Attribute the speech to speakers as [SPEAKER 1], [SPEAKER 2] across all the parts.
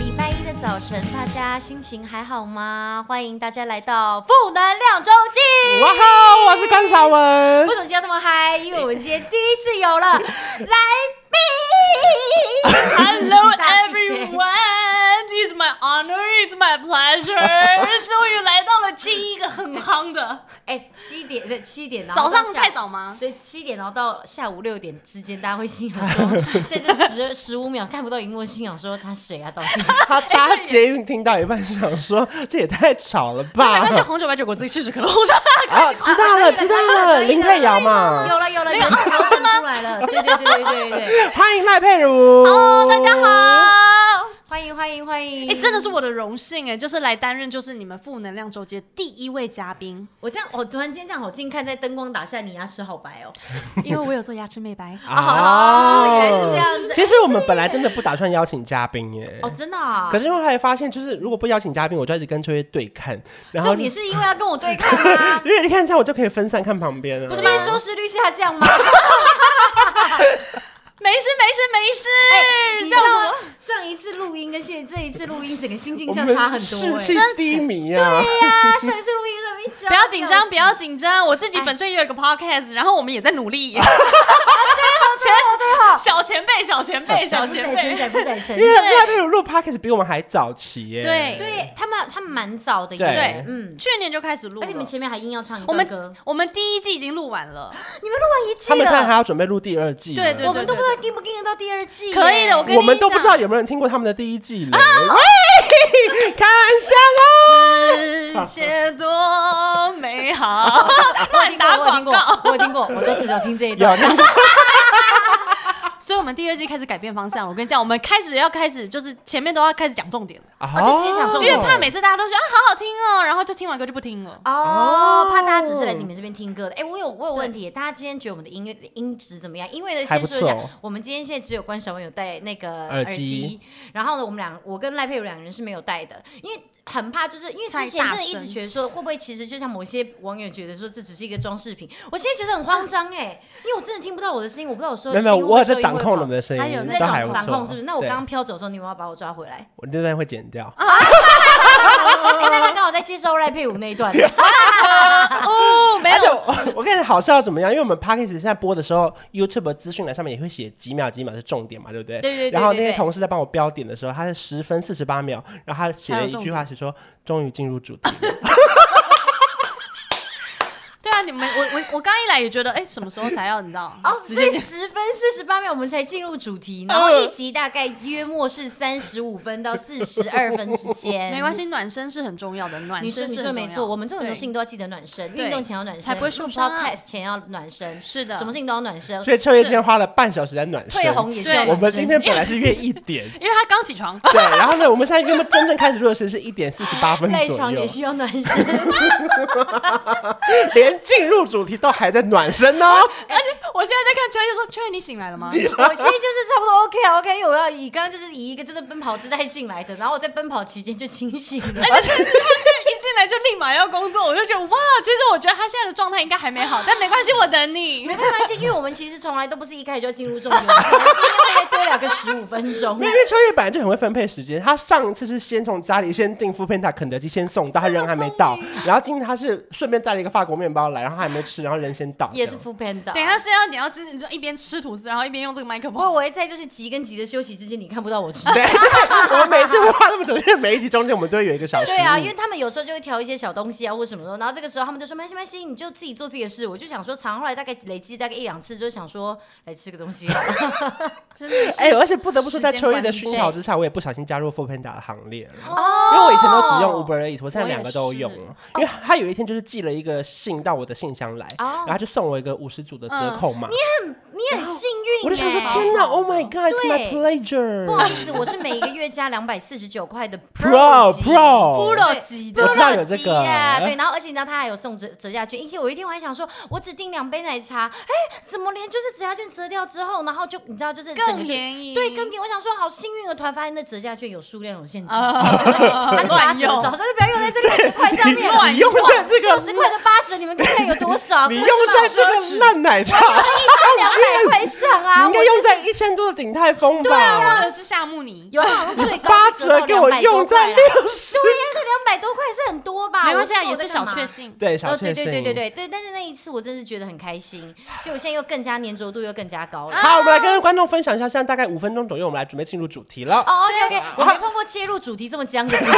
[SPEAKER 1] 礼拜一的早晨，大家心情还好吗？欢迎大家来到《负能量周记》。
[SPEAKER 2] 哇哈！我是关少文
[SPEAKER 1] 为。什么今天这么嗨？因为我们今天第一次有了来宾。
[SPEAKER 3] Hello
[SPEAKER 1] 大姐
[SPEAKER 3] everyone, it's my honor, it's my pleasure。终于来到了这一个很夯 的，
[SPEAKER 1] 哎，七点对七点，然后
[SPEAKER 3] 早
[SPEAKER 1] 到
[SPEAKER 3] 上
[SPEAKER 1] 下
[SPEAKER 3] 太。早吗？
[SPEAKER 1] 对，七点然后到下午六点之间，大家会心想说，在这十十五秒看不到荧幕，心想说他谁啊？到底？
[SPEAKER 2] 他搭捷运听到一半，想说这也太吵了吧
[SPEAKER 3] 但？是红酒白酒果自己试试，可能红 酒。
[SPEAKER 2] 啊，知道了，知道了，林佩瑶嘛。
[SPEAKER 1] 有了有了，人气都生出来了。对对对对对对对，
[SPEAKER 2] 欢迎赖佩如。Hello，大
[SPEAKER 1] 哦
[SPEAKER 2] 家
[SPEAKER 3] 哦
[SPEAKER 2] 好。
[SPEAKER 1] 欢迎欢迎欢迎！
[SPEAKER 3] 哎，真的是我的荣幸哎，就是来担任就是你们负能量周街第一位嘉 宾，
[SPEAKER 1] 我这样，我突然间这样好近看，在灯光打下，你牙齿好白 哦。
[SPEAKER 3] 因为我有做牙齿美白。
[SPEAKER 1] 哦原来是这样子
[SPEAKER 2] 啊其实我们本来真的不打算邀请嘉宾耶
[SPEAKER 1] 哦，，真的、啊。
[SPEAKER 2] 可是后来发现，就是如果不邀请嘉宾，我就一直跟秋叶对看，然后
[SPEAKER 1] 重点是因为要跟我对抗 吗？
[SPEAKER 2] 因为你看这样，我就可以分散看旁边了。
[SPEAKER 1] 不是因为收视率下降 吗？
[SPEAKER 3] 没事没事没事，
[SPEAKER 1] 你知
[SPEAKER 3] 这样
[SPEAKER 1] 道
[SPEAKER 3] 子
[SPEAKER 1] 吗？上一次录音跟现这一次录音，整个心境
[SPEAKER 2] 我
[SPEAKER 1] 上
[SPEAKER 2] 们
[SPEAKER 1] 差很多、
[SPEAKER 2] 士气
[SPEAKER 1] 哎
[SPEAKER 2] 低迷啊。
[SPEAKER 1] 对呀、上一次录音怎么一讲？
[SPEAKER 3] 不要紧张，不要
[SPEAKER 1] 紧
[SPEAKER 3] 紧张。我自己本身也有一个 podcast，然后我们也在努力。 小前辈，小前辈，小
[SPEAKER 1] 张，不
[SPEAKER 3] 前
[SPEAKER 1] 在成，。在不
[SPEAKER 3] 辈
[SPEAKER 1] 在成
[SPEAKER 2] 因。为赖佩如录 podcast 比我们还早期耶。
[SPEAKER 3] 对
[SPEAKER 1] 对他们，他们蛮早的耶。
[SPEAKER 2] 对
[SPEAKER 1] 嗯。
[SPEAKER 3] 去年就开始录
[SPEAKER 1] 而
[SPEAKER 3] 了，
[SPEAKER 1] 且你们前面还硬要唱一
[SPEAKER 3] 我
[SPEAKER 1] 段歌
[SPEAKER 3] 们，我们第一季已经录完 了，
[SPEAKER 1] 哎你们录完一季
[SPEAKER 2] 他们现在还
[SPEAKER 1] 了，
[SPEAKER 2] 要准备录第二季了。
[SPEAKER 3] 对对
[SPEAKER 1] 我们都不知道跟不跟得到第二季耶。
[SPEAKER 3] 可以的我跟
[SPEAKER 2] 我
[SPEAKER 3] 你
[SPEAKER 2] 们都不
[SPEAKER 3] 讲啊哎
[SPEAKER 2] 知道有没有人听过他们的第一季嘞。喂， 开玩笑哦。
[SPEAKER 3] 世界多美好，
[SPEAKER 1] 我有听
[SPEAKER 3] 乱
[SPEAKER 1] 过
[SPEAKER 3] 打
[SPEAKER 1] 我有听
[SPEAKER 3] 广
[SPEAKER 1] 过
[SPEAKER 3] 告。
[SPEAKER 1] 我有听过，我都只有听这一
[SPEAKER 2] 有
[SPEAKER 1] 段。
[SPEAKER 2] 那个
[SPEAKER 3] 所以，我们第二季开始改变方向了。我跟你讲，我们开始要开始，就是前面都要开始讲重点了，
[SPEAKER 2] 啊
[SPEAKER 1] 就直接讲重
[SPEAKER 3] 因
[SPEAKER 1] 点
[SPEAKER 3] 为怕每次大家都说啊好好听哦，然后就听完歌 就不听了。
[SPEAKER 1] 哦
[SPEAKER 2] 哦，
[SPEAKER 1] 怕大家只是来你们这边听歌的。哎、我有我有问题耶，大家今天觉得我们的音乐音质怎么样？因为呢，
[SPEAKER 2] 还
[SPEAKER 1] 先
[SPEAKER 2] 不
[SPEAKER 1] 说一下
[SPEAKER 2] 错，
[SPEAKER 1] 我们今天现在只有关小文有戴那个
[SPEAKER 2] 耳
[SPEAKER 1] 耳
[SPEAKER 2] 机
[SPEAKER 1] 然后呢，我们俩我跟赖佩如两个人是没有戴的，因为。很怕，就是因为之
[SPEAKER 3] 太
[SPEAKER 1] 前真
[SPEAKER 3] 大
[SPEAKER 1] 的一直
[SPEAKER 3] 声
[SPEAKER 1] 觉得说，会不会其实就像某些网友觉得说，这只是一个装饰品。我现在觉得很慌张哎、因为我真的听不到我的声音，我不知道我说
[SPEAKER 2] 没
[SPEAKER 1] 的
[SPEAKER 2] 有
[SPEAKER 1] 声
[SPEAKER 2] 没有，
[SPEAKER 1] 音会不
[SPEAKER 2] 我
[SPEAKER 1] 会
[SPEAKER 2] 有
[SPEAKER 1] 收
[SPEAKER 2] 在
[SPEAKER 1] 音
[SPEAKER 2] 掌
[SPEAKER 1] 会
[SPEAKER 2] 控
[SPEAKER 1] 不
[SPEAKER 2] 你们的声
[SPEAKER 3] 还有
[SPEAKER 1] 你
[SPEAKER 2] 音，
[SPEAKER 3] 你
[SPEAKER 1] 在
[SPEAKER 2] 都
[SPEAKER 1] 掌
[SPEAKER 2] 还不
[SPEAKER 1] 控
[SPEAKER 2] 错。
[SPEAKER 1] 掌控是不是？那我
[SPEAKER 2] 对
[SPEAKER 1] 刚刚飘走的时候，你们要把我抓回来。
[SPEAKER 2] 我那段会剪掉。
[SPEAKER 3] 啊
[SPEAKER 1] 哎、那他刚好在接受赖佩如那一 段，
[SPEAKER 3] 啊 哦，没
[SPEAKER 2] 而且
[SPEAKER 3] 有，
[SPEAKER 2] 我我跟你好笑怎么样？因为我们 podcast 现在播的时候，YouTube 资讯栏上面也会写几秒几秒是重点嘛，对不对？
[SPEAKER 1] 对对对
[SPEAKER 2] 然后那
[SPEAKER 1] 对
[SPEAKER 2] 些
[SPEAKER 1] 对
[SPEAKER 2] 同事在帮我标点的时候，他是十分四十八秒，然后他写了一句话，写说终于进入主题。
[SPEAKER 3] 对啊，你们我我我刚一来也觉得，哎，什么时候才要你知道？
[SPEAKER 1] 哦，
[SPEAKER 3] 直
[SPEAKER 1] 所
[SPEAKER 3] 接
[SPEAKER 1] 以
[SPEAKER 3] 讲
[SPEAKER 1] 十分四十八秒我们才进入主题，然
[SPEAKER 2] 呃
[SPEAKER 1] 后一集大概约莫是三十五分到四十二分之间，
[SPEAKER 3] 没关
[SPEAKER 1] 系。
[SPEAKER 3] 系，暖身是很重要的，暖
[SPEAKER 1] 你说
[SPEAKER 3] 身
[SPEAKER 1] 你
[SPEAKER 3] 是
[SPEAKER 1] 说
[SPEAKER 3] 很
[SPEAKER 1] 没
[SPEAKER 3] 重
[SPEAKER 1] 错，
[SPEAKER 3] 要。
[SPEAKER 1] 我们做很多
[SPEAKER 3] 对
[SPEAKER 1] 事情都要记得暖身，
[SPEAKER 3] 对
[SPEAKER 1] 运动前要暖身，
[SPEAKER 3] 才不会受
[SPEAKER 1] 录
[SPEAKER 3] 伤啊
[SPEAKER 1] podcast 前要暖身，
[SPEAKER 3] 是的
[SPEAKER 1] 什么事情都要暖身。
[SPEAKER 2] 所以秋叶今天花了半小时在暖身。
[SPEAKER 1] 退红也需要
[SPEAKER 3] 对
[SPEAKER 2] 我
[SPEAKER 1] 暖
[SPEAKER 2] 们
[SPEAKER 1] 身
[SPEAKER 2] 今。天本来是约一点，
[SPEAKER 3] 因为他刚起床，
[SPEAKER 2] 对，然后呢，我们现在因为真正开始热身是一点四十八 分
[SPEAKER 1] 赖
[SPEAKER 2] 左
[SPEAKER 1] 床
[SPEAKER 2] 右
[SPEAKER 1] 也，需要暖 身，
[SPEAKER 2] 连进入主题都还在暖身哦。
[SPEAKER 3] 我现在在看秋叶，就说秋叶你醒来了 吗？
[SPEAKER 1] 我现在就是差不多 OK 了 OK，因为我要以刚刚就是以一个就是奔跑姿态进来的，然后我在奔跑期间就清醒 了。
[SPEAKER 3] 而哎且他这一进来就立马要工作，我就觉得哇，其实我觉得他现在的状态应该还没好，但没关系，我等你。
[SPEAKER 1] 没关系，因为我们其实从来都不是一开始就进入重点，我们今天大概多聊个十五分钟
[SPEAKER 2] 没。有因为秋叶本来就很会分配时间，他上一次是先从家里先订 f o o Panda 肯德基先送到，他人还没到，然后今天他是顺便带了一个法国面包来，然后他还没吃，然后人先到，
[SPEAKER 1] 也是
[SPEAKER 2] 这样
[SPEAKER 1] f o o Panda。
[SPEAKER 3] 等一下是要你要自你就一边吃吐司，然后一边用这个麦克
[SPEAKER 1] 不过
[SPEAKER 3] 风。
[SPEAKER 1] 我会在就是集跟集的休息之间，你看不到我吃。
[SPEAKER 2] 对，我们每次会花那么久，因为每一集中间我们都会有一个小时。
[SPEAKER 1] 对啊，因为他们有时候就会调一些小东西啊，或什么的，然后这个时候他们就说没关系没关系，你就自己做自己的事。啊 我就想说，常后来大概累积大概一两次，就想说来吃个东西好了。
[SPEAKER 3] 真的
[SPEAKER 2] 哎、而且不得不说，在秋叶的
[SPEAKER 3] 时
[SPEAKER 2] 熏
[SPEAKER 3] 间
[SPEAKER 2] 陶
[SPEAKER 3] 管理
[SPEAKER 2] 之下，我也不小心加入 f o o Panda 的行列了。
[SPEAKER 3] 哦
[SPEAKER 2] 因为我以前都只用 Uber Eats，我现在两个都用
[SPEAKER 3] 我也是
[SPEAKER 2] 了。因为他有一天就是寄了一个信到我的信箱来，
[SPEAKER 1] 哦
[SPEAKER 2] 然后他就送我一个五十组的折扣码。
[SPEAKER 1] 你很幸运、欸，
[SPEAKER 2] 我就想说，天哪，Oh my God，It's my
[SPEAKER 1] 对不好
[SPEAKER 2] pleasure。
[SPEAKER 1] 意思，我是每个月加两百四十九块 的
[SPEAKER 2] Pro
[SPEAKER 1] 级
[SPEAKER 2] Pro
[SPEAKER 1] 对
[SPEAKER 3] Pro 级
[SPEAKER 2] 的我知道有这个
[SPEAKER 1] Pro 级啊对，然后而且你知道他还有送折折价券，因为我一天我还想说，我只订两杯奶茶，哎，怎么连就是折价券折掉之后，然后就你知道就是整个
[SPEAKER 3] 更便宜
[SPEAKER 1] 对，更便宜。我想说好幸运的，突然发现那折价券有数量有 限制，
[SPEAKER 3] 啊
[SPEAKER 1] 他就八折，
[SPEAKER 3] 乱用
[SPEAKER 1] 早上就不要用在这六十块上面，
[SPEAKER 3] 乱
[SPEAKER 2] 你用在这
[SPEAKER 1] 六十
[SPEAKER 2] 个，
[SPEAKER 1] 块的八折，你们看看有多少？
[SPEAKER 2] 你
[SPEAKER 1] 根
[SPEAKER 2] 用
[SPEAKER 1] 本是
[SPEAKER 2] 在这
[SPEAKER 3] 奢
[SPEAKER 2] 个
[SPEAKER 3] 侈
[SPEAKER 2] 烂奶茶，
[SPEAKER 1] 两百块上
[SPEAKER 2] 你
[SPEAKER 1] 啊，
[SPEAKER 2] 应该用在一千多的鼎泰丰
[SPEAKER 3] 对啊，
[SPEAKER 2] 吧？
[SPEAKER 3] 或者是夏慕尼，
[SPEAKER 1] 有好像最高
[SPEAKER 2] 八
[SPEAKER 1] 就到
[SPEAKER 2] 折给我
[SPEAKER 1] 200
[SPEAKER 2] 用
[SPEAKER 1] 多块
[SPEAKER 2] 在
[SPEAKER 1] 啦
[SPEAKER 2] 六十，
[SPEAKER 1] 这两百多块是很多吧？
[SPEAKER 3] 没关系啊，
[SPEAKER 1] 我
[SPEAKER 3] 也
[SPEAKER 1] 不
[SPEAKER 3] 是
[SPEAKER 1] 知道
[SPEAKER 3] 小
[SPEAKER 1] 我在干嘛
[SPEAKER 3] 确。幸。
[SPEAKER 2] 对，小
[SPEAKER 1] 哦，
[SPEAKER 2] 确
[SPEAKER 1] 对对
[SPEAKER 2] 幸。
[SPEAKER 1] 对对对对，但是那一次我真是觉得很开心，所以我现在又更加粘着度又更加高了。
[SPEAKER 2] 好，我们来跟观众分享一下，现在大概五分钟左右，我们来准备进入主题了。
[SPEAKER 1] 哦，OK OK，
[SPEAKER 3] 啊
[SPEAKER 1] 我没碰过切入主题这么僵的主题，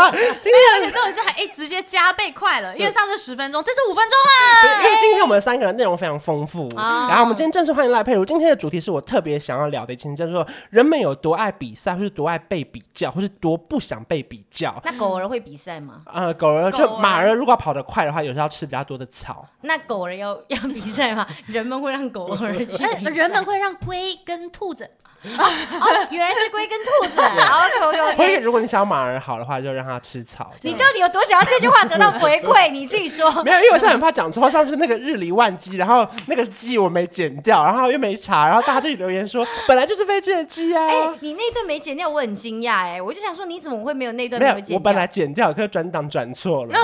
[SPEAKER 2] 今天
[SPEAKER 1] 啊
[SPEAKER 3] 而且这种是还哎直接加倍快了，因为上次十分钟，这是五分钟啊。
[SPEAKER 2] 对，因为今天我们三个人内容非常丰富，
[SPEAKER 1] 啊
[SPEAKER 2] 然后我们今天正式欢迎赖佩如。今天的主题是我特别想要聊的，一件叫做人们有多爱比赛，或是多爱被比较，或是多不想被比较。
[SPEAKER 1] 那狗儿会比赛吗？
[SPEAKER 2] 呃，狗儿就
[SPEAKER 3] 狗儿
[SPEAKER 2] 马儿如果跑得快的话，有时候要吃比较多的草。
[SPEAKER 1] 那狗儿要 要比赛吗？人们会让狗儿去比赛？
[SPEAKER 3] 哎人们会让龟跟兔子，
[SPEAKER 1] 哦，原来是龟跟兔 子。OK OK
[SPEAKER 2] 或者
[SPEAKER 1] OK，
[SPEAKER 2] 如果你想要马儿好的话，就让它吃草。这
[SPEAKER 1] 你
[SPEAKER 2] 样
[SPEAKER 1] 到底有多想要这句话得到回馈？你自己说。
[SPEAKER 2] 没有，因为我现在很怕讲错，上次那个日理万机，然后那个鸡我没剪掉，然后又没查，然后大家就留言说本来就是飞机的鸡啊。
[SPEAKER 1] 哎，你那段没剪掉，我很惊讶哎，我就想说你怎么会没有那段
[SPEAKER 2] 没有
[SPEAKER 1] 有，剪掉？
[SPEAKER 2] 我本来剪掉，可是转档转错了，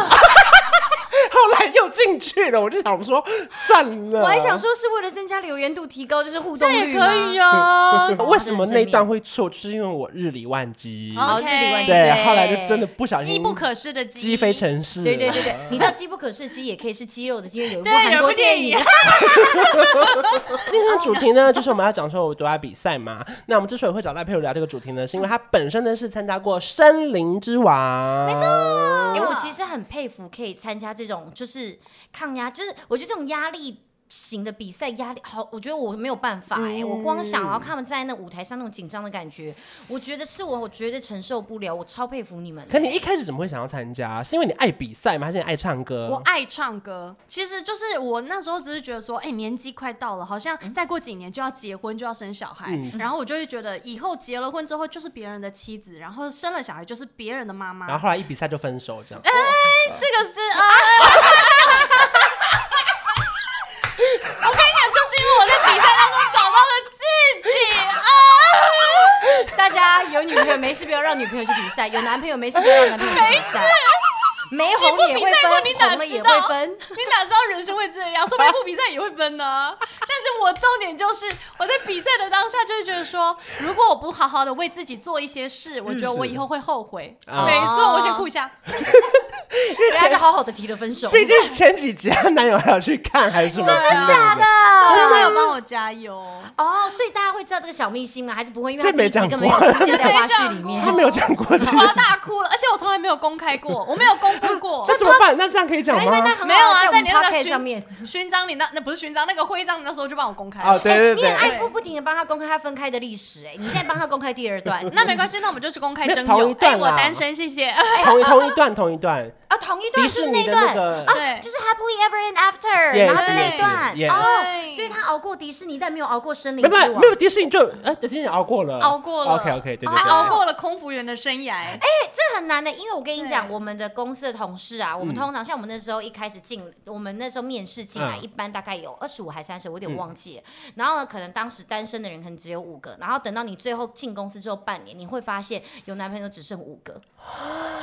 [SPEAKER 2] 后来又进去了，我就想说算了。
[SPEAKER 1] 我还想，说是为了增加留言度，提高就是互动
[SPEAKER 3] 这
[SPEAKER 1] 率哦
[SPEAKER 3] 也可以
[SPEAKER 1] 呀。啊
[SPEAKER 3] 呀。
[SPEAKER 2] 啊为什么那一段
[SPEAKER 1] 会？
[SPEAKER 2] 会错，就是因为我日理万机，
[SPEAKER 3] 哦
[SPEAKER 1] 好，日理万机
[SPEAKER 2] 对，后来就真的。不 小心
[SPEAKER 3] 机不可失的机，
[SPEAKER 2] 鸡飞城市，
[SPEAKER 1] 对对对 对，你知道机不可失，机也可以是肌肉的，因为有一部
[SPEAKER 3] 对
[SPEAKER 1] 韩
[SPEAKER 3] 有
[SPEAKER 1] 国
[SPEAKER 3] 部电
[SPEAKER 1] 电
[SPEAKER 3] 影
[SPEAKER 1] 影。
[SPEAKER 2] 今天的主题呢，就是我们要讲说我多爱比赛嘛。那我们之所以会找赖佩如聊这个主题呢，是因为他本身呢是参加过《森林之王》，没错，
[SPEAKER 1] 哎，我其实很佩服可以参加这种就是抗压，就是我觉得这种压力。型的比赛压力好，我觉得我没有办法哎、我光想然后他们站在那舞台上那种紧张的感觉，我觉得是我，我绝对承受不了，我超佩服你们。
[SPEAKER 2] 可你一开始怎么会想要参加？是因为你爱比赛吗？还是你爱唱歌？
[SPEAKER 3] 我爱唱歌，其实就是我那时候只是觉得说，哎、年纪快到了，好像再过几年就要结婚，就要生小孩，
[SPEAKER 2] 嗯
[SPEAKER 3] 然后我就会觉得以后结了婚之后就是别人的妻子，然后生了小孩就是别人的妈妈。
[SPEAKER 2] 然后后来一比赛就分手，这样。
[SPEAKER 3] 这个是 啊。我跟你讲，就是因为我在比赛当中找到了自己啊！
[SPEAKER 1] 大家有女朋友没事不要让女朋友去比赛，有男朋友没事不要让男朋友去比 赛。没红也
[SPEAKER 3] 你不
[SPEAKER 1] 会
[SPEAKER 3] 比赛过，你
[SPEAKER 1] 分，
[SPEAKER 3] 哪
[SPEAKER 1] 红了也
[SPEAKER 3] 知
[SPEAKER 1] 会
[SPEAKER 3] 道？
[SPEAKER 1] 分。
[SPEAKER 3] 你哪知道人生会这样？说不定不比赛也会分呢、 但是我重点就是我在比赛的当下就会觉得说，如果我不好好的为自己做一些事，我觉得我以后会后悔。
[SPEAKER 2] 嗯啊哦
[SPEAKER 3] 没错，我先哭一下。
[SPEAKER 1] 所以他就好好的提了分手。
[SPEAKER 2] 毕竟前几集她男友还有去看，还是什么？真
[SPEAKER 1] 真的假的？？
[SPEAKER 3] 真的有帮我加油。
[SPEAKER 1] 哦，所以大家会知道这个小秘辛吗？还是不会？因为
[SPEAKER 2] 这
[SPEAKER 1] 他第
[SPEAKER 2] 没
[SPEAKER 1] 一集
[SPEAKER 2] 讲
[SPEAKER 1] 根本没有
[SPEAKER 2] 过
[SPEAKER 1] 出现在花絮里面
[SPEAKER 2] 他。 没有讲过这
[SPEAKER 3] 我要
[SPEAKER 2] 个，
[SPEAKER 3] 大哭了，而且我从来没有公开过，我没有公布过。
[SPEAKER 2] 那怎么办？那 这样可以讲
[SPEAKER 1] 那
[SPEAKER 2] 吗？
[SPEAKER 1] 那很好
[SPEAKER 3] 没有啊
[SPEAKER 1] 在我们
[SPEAKER 3] 在你那个
[SPEAKER 1] podcast
[SPEAKER 3] 群
[SPEAKER 1] 上面，
[SPEAKER 3] 勋章，你那那不是勋章，那个徽章，你那时候就帮我公开了。
[SPEAKER 2] 哦，对对
[SPEAKER 1] 哎你
[SPEAKER 2] 对
[SPEAKER 1] 很，爱不不停的帮他公开他分开的历史，哎，你现在帮他公开第二段，
[SPEAKER 3] 那没关系，那我们就去公开征
[SPEAKER 2] 没有同
[SPEAKER 3] 友
[SPEAKER 2] 一。段
[SPEAKER 3] 哎，我
[SPEAKER 2] 啦啊
[SPEAKER 3] 单身，谢谢。
[SPEAKER 2] 同一同一段同一段，
[SPEAKER 1] 啊，同一段
[SPEAKER 2] 迪
[SPEAKER 1] 就
[SPEAKER 2] 士
[SPEAKER 1] 是那
[SPEAKER 2] 尼
[SPEAKER 1] 一
[SPEAKER 2] 的
[SPEAKER 1] 段
[SPEAKER 2] 那。个
[SPEAKER 1] 啊，
[SPEAKER 3] 对
[SPEAKER 1] 就是 happily ever and after，
[SPEAKER 2] Yes,
[SPEAKER 1] 然后是那
[SPEAKER 2] yes,
[SPEAKER 1] 一段
[SPEAKER 2] yes.
[SPEAKER 1] 哦，
[SPEAKER 3] 对
[SPEAKER 1] 所以他熬过迪士尼，但没有熬过森林
[SPEAKER 2] 没
[SPEAKER 1] 之
[SPEAKER 2] 办法，
[SPEAKER 1] 王
[SPEAKER 2] 没。有迪士尼就哎，迪士尼熬过了，
[SPEAKER 3] 熬过了
[SPEAKER 2] OK 哦 OK，对对
[SPEAKER 3] 还
[SPEAKER 2] 对，
[SPEAKER 3] 熬过了空服员的生涯。
[SPEAKER 1] 这很难的，因为我跟你讲，
[SPEAKER 3] 对
[SPEAKER 1] 我们的公司的同事啊，我们通常像我们那时候一开始进，我们那时候面试进来，
[SPEAKER 2] 嗯
[SPEAKER 1] 一般大概有二十五还三十，我有点忘记了。然后呢，可能当时单身的人可能只有五个，然后等到你最后进公司之后半年，你会发现有男朋友只剩五个，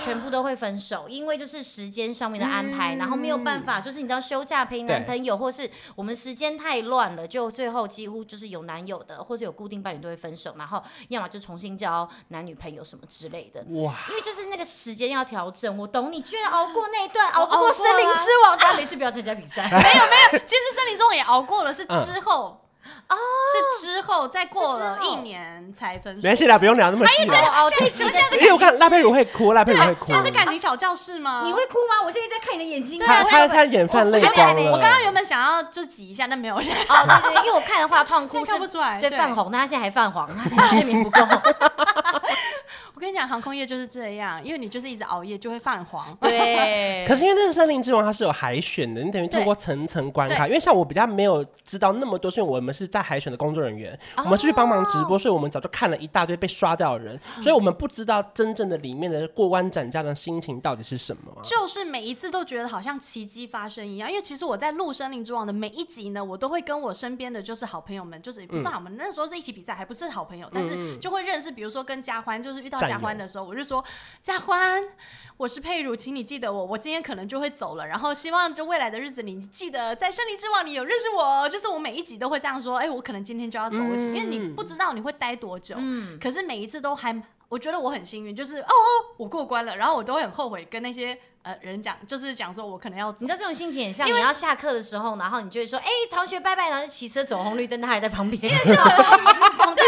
[SPEAKER 1] 全部都会分手，因为就是时间上面的安排，然后没有办法，就是你知道休假陪男朋友，或是我们时间太乱了，就最后几乎就是有男友的或者有固定伴侣都会分手，然后要么就重新交男女朋友什么之类的。
[SPEAKER 2] 哇，
[SPEAKER 1] 因为就是那个时间要调整，我懂你，居然熬过那一段，熬
[SPEAKER 3] 熬
[SPEAKER 1] 不过
[SPEAKER 3] 过
[SPEAKER 1] 森林
[SPEAKER 3] 了
[SPEAKER 1] 之王，大家没事不要参加比赛。
[SPEAKER 2] 嗯
[SPEAKER 3] 没有没有，其实森林中也熬过了，是之后。
[SPEAKER 1] 哦
[SPEAKER 3] 是之后再过了
[SPEAKER 1] 是之后
[SPEAKER 3] 一年才分
[SPEAKER 2] 没
[SPEAKER 3] 手。
[SPEAKER 2] 关系啦，不用聊那么细了。
[SPEAKER 1] 哦，这一集
[SPEAKER 3] 我
[SPEAKER 1] 的
[SPEAKER 3] 现
[SPEAKER 1] 这
[SPEAKER 3] 在在
[SPEAKER 1] 一集
[SPEAKER 2] 因为我看赖佩如会哭，赖佩如会哭，
[SPEAKER 3] 啊，是感情小教室吗？
[SPEAKER 4] 你会哭吗？我现在在看你的眼睛，
[SPEAKER 2] 他
[SPEAKER 4] 我
[SPEAKER 2] 啊他他眼泛泪
[SPEAKER 1] 啊还
[SPEAKER 2] 光
[SPEAKER 1] 没
[SPEAKER 2] 了。
[SPEAKER 3] 我刚刚原本想要就挤一下，但没有。
[SPEAKER 1] 哦，对对，对因为我看的话，痛哭
[SPEAKER 3] 现在
[SPEAKER 1] 是
[SPEAKER 3] 看不出来
[SPEAKER 1] 对
[SPEAKER 3] 对
[SPEAKER 1] 泛红，那他现在还泛黄，他可能睡眠不够。
[SPEAKER 3] 我跟你讲，航空业就是这样，因为你就是一直熬夜就会泛黄。
[SPEAKER 1] 对，
[SPEAKER 2] 可是因为那个森林之王它是有海选的，你等于透
[SPEAKER 3] 对
[SPEAKER 2] 过层层关卡。因为像我比较没有知道那么多，是因为我们是在海选的工作人员，
[SPEAKER 3] 哦
[SPEAKER 2] 我们是去帮忙直播，所以我们早就看了一大堆被刷掉的人，
[SPEAKER 3] 嗯
[SPEAKER 2] 所以我们不知道真正的里面的过关斩将的心情到底是什么啊、
[SPEAKER 3] 就是每一次都觉得好像奇迹发生一样，因为其实我在录《森林之王》的每一集呢，我都会跟我身边的就是好朋友们，
[SPEAKER 1] 嗯
[SPEAKER 3] 就是也不算我们那时候是一起比赛，还不是好朋友，但是就会认识，比如说跟嘉欢，就是遇到
[SPEAKER 2] 战友
[SPEAKER 3] 嘉欢的时候，我就说嘉欢，我是佩如，请你记得我，我今天可能就会走了，然后希望就未来的日子你记得在《森林之王》里有认识我，就是我每一集都会这样说，哎、我可能今天就要走了，
[SPEAKER 2] 嗯
[SPEAKER 3] 因为你不知道你会待多久，
[SPEAKER 1] 嗯，
[SPEAKER 3] 可是每一次都还，我觉得我很幸运，就是哦，我过关了，然后我都会很后悔跟那些呃人讲，就是讲说我可能要走
[SPEAKER 1] 你知道这种心情很像，你要下课的时候，然后你就会说，哎，同学拜拜，然后就骑车走红绿灯，他还在旁边， 就碰到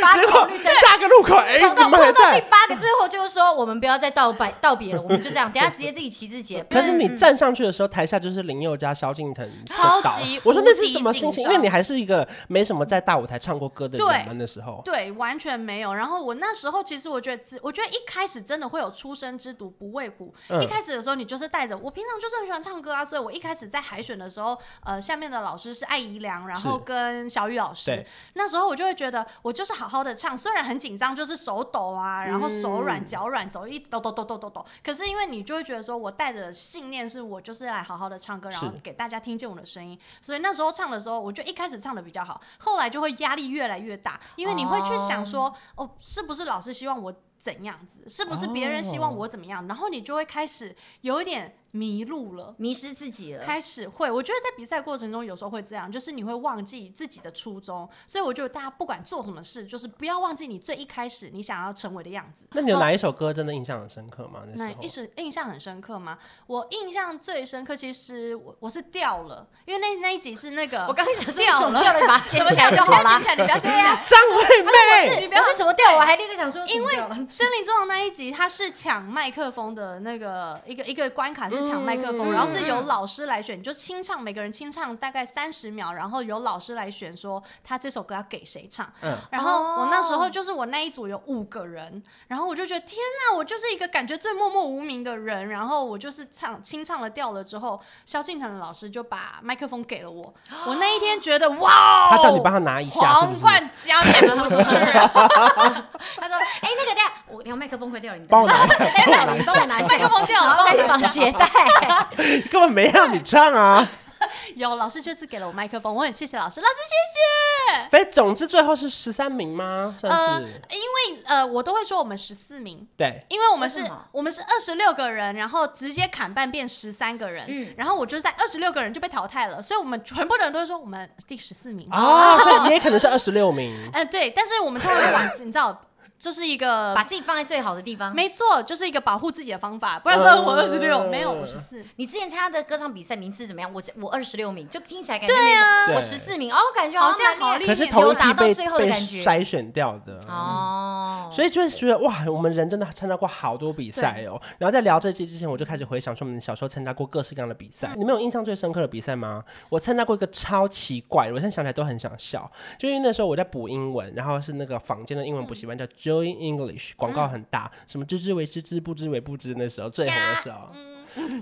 [SPEAKER 1] 八
[SPEAKER 2] 结
[SPEAKER 1] 个
[SPEAKER 2] 果
[SPEAKER 1] 红绿灯。
[SPEAKER 2] 下个路口，哎、
[SPEAKER 1] 碰到
[SPEAKER 2] 怎么
[SPEAKER 1] 碰
[SPEAKER 2] 还
[SPEAKER 1] 到第
[SPEAKER 3] 嗯
[SPEAKER 2] 在？
[SPEAKER 1] 八个，最后就是说我们不要再道别道别了，我们就这样，等一下直接自己骑自己。
[SPEAKER 2] 可是你站上去的时候，台下就是林宥嘉、萧敬腾的
[SPEAKER 3] 超
[SPEAKER 2] 倒
[SPEAKER 3] 级
[SPEAKER 2] 我说那
[SPEAKER 3] 无
[SPEAKER 2] 是
[SPEAKER 3] 敌
[SPEAKER 2] 什么心情？
[SPEAKER 3] 紧
[SPEAKER 2] 因
[SPEAKER 3] 张
[SPEAKER 2] 为你还是一个没什么在大舞台唱过歌的
[SPEAKER 3] 对
[SPEAKER 2] 人嘛，那时候。
[SPEAKER 3] 对，完全没有。然后我那时候其实我觉得自，我觉得一开始真的会有初生之犊不畏虎。
[SPEAKER 2] 嗯
[SPEAKER 3] 一开始的时候，你就是带着我平常就是很喜欢唱歌啊，所以我一开始在海选的时候，呃，下面的老师是艾怡良，然后
[SPEAKER 2] 是
[SPEAKER 3] 跟小雨老师
[SPEAKER 2] 对。
[SPEAKER 3] 那时候我就会觉得，我就是好好的唱，虽然很紧张，就是手抖啊，然后手
[SPEAKER 2] 嗯
[SPEAKER 3] 软脚软，走一抖抖抖抖抖抖。可是因为你就会觉得说，我带着信念是我就是来好好的唱歌，然后
[SPEAKER 2] 是
[SPEAKER 3] 给大家听见我的声音。所以那时候唱的时候，我觉得一开始唱的比较好，后来就会压力越来越大，因为你会去想说，哦是不是老师希望我怎样子？是不是别人希望我怎么样？然后你就会开始有一点迷路了。
[SPEAKER 1] 迷失自己了，
[SPEAKER 3] 开始会，我觉得在比赛过程中有时候会这样，就是你会忘记自己的初衷，所以我觉得大家不管做什么事，就是不要忘记你最一开始你想要成为的样子。
[SPEAKER 2] 那你有哪一首歌真的印象很深刻吗？那
[SPEAKER 3] 那
[SPEAKER 2] 时候
[SPEAKER 3] 一时印象很深刻吗？我印象最深刻，其实我我是掉了，因为那那一集是那个
[SPEAKER 1] 我刚刚想说，
[SPEAKER 3] 掉
[SPEAKER 1] 什么
[SPEAKER 3] 了，
[SPEAKER 1] 哦掉了，把它捡起来就好啦。
[SPEAKER 3] 捡 起来，你不要捡起来。
[SPEAKER 2] 张惠妹。
[SPEAKER 3] 你不要
[SPEAKER 1] 我是什么掉了？我还立刻想说，
[SPEAKER 3] 因为
[SPEAKER 1] 什么掉了
[SPEAKER 3] 《森林之王》那一集，他是抢麦克风的那个一个一个关卡是抢麦克风，
[SPEAKER 2] 嗯
[SPEAKER 3] 然后是由老师来选，你就清唱，每个人清唱大概三十秒，然后由老师来选说他这首歌要给谁唱。
[SPEAKER 2] 嗯
[SPEAKER 3] 然后
[SPEAKER 1] 哦
[SPEAKER 3] 我那时候就是我那一组有五个人，然后我就觉得天呐，我就是一个感觉最默默无名的人。然后我就是唱清唱了掉了之后，萧敬腾老师就把麦克风给了我。我那一天觉得哇，哦
[SPEAKER 2] 他叫你帮他拿一下，是不
[SPEAKER 3] 皇
[SPEAKER 2] 是？
[SPEAKER 3] 冠加冕不是？
[SPEAKER 1] 他说，哎，那个等下，我等下麦克风快掉了，你
[SPEAKER 2] 帮我拿一下
[SPEAKER 1] 谁掉了？你帮我拿一下，
[SPEAKER 3] 麦克风掉了
[SPEAKER 1] 然后再去绑鞋 带。
[SPEAKER 2] 根本没让你唱啊！
[SPEAKER 3] 有老师这次给了我麦克风，我很谢谢老师，老师谢谢。
[SPEAKER 2] 反正总之最后是十三名吗？
[SPEAKER 3] 呃
[SPEAKER 2] 算是，
[SPEAKER 3] 因为呃，我都会说我们十四名，
[SPEAKER 2] 对，
[SPEAKER 3] 因为我们是
[SPEAKER 1] 为什么
[SPEAKER 3] 我们是二十六个人，然后直接砍半变十三个人，
[SPEAKER 1] 嗯
[SPEAKER 3] 然后我就是在二十六个人就被淘汰了，所以我们全部的人都会说我们第十四名。
[SPEAKER 2] 啊，所以也可能是二十六 名。
[SPEAKER 3] 呃，对，但是我们通常会往你知道，就是一个
[SPEAKER 1] 把自己放在最好的地方。
[SPEAKER 3] 没错，就是一个保护自己的方法，不然
[SPEAKER 2] 呃
[SPEAKER 3] 说我二十六，没有我十四，
[SPEAKER 1] 你之前参加的歌唱比赛名次怎么样？我我二十六名，就听起来感觉对啊
[SPEAKER 2] 对
[SPEAKER 1] 我十四名哦，感觉像
[SPEAKER 3] 好像好厉
[SPEAKER 1] 厉
[SPEAKER 3] 害
[SPEAKER 2] 可是头一
[SPEAKER 1] 有达
[SPEAKER 2] 批
[SPEAKER 1] 到
[SPEAKER 2] 被
[SPEAKER 1] 最后的
[SPEAKER 2] 被
[SPEAKER 1] 感觉
[SPEAKER 2] 筛选掉的，
[SPEAKER 3] 嗯
[SPEAKER 1] 哦。
[SPEAKER 2] 所以就会觉得哇，我们人真的参加过好多比赛哦。然后在聊这期之前，我就开始回想说我们小时候参加过各式各样的比赛。你们有印象最深刻的比赛吗？我参加过一个超奇怪的，我现在想起来都很想笑，就因为那时候我在补英文，然后是那个坊间的英文补习班叫 Joy English，广告很大，什么知之为知之，不知为不知，那时候最红的时候。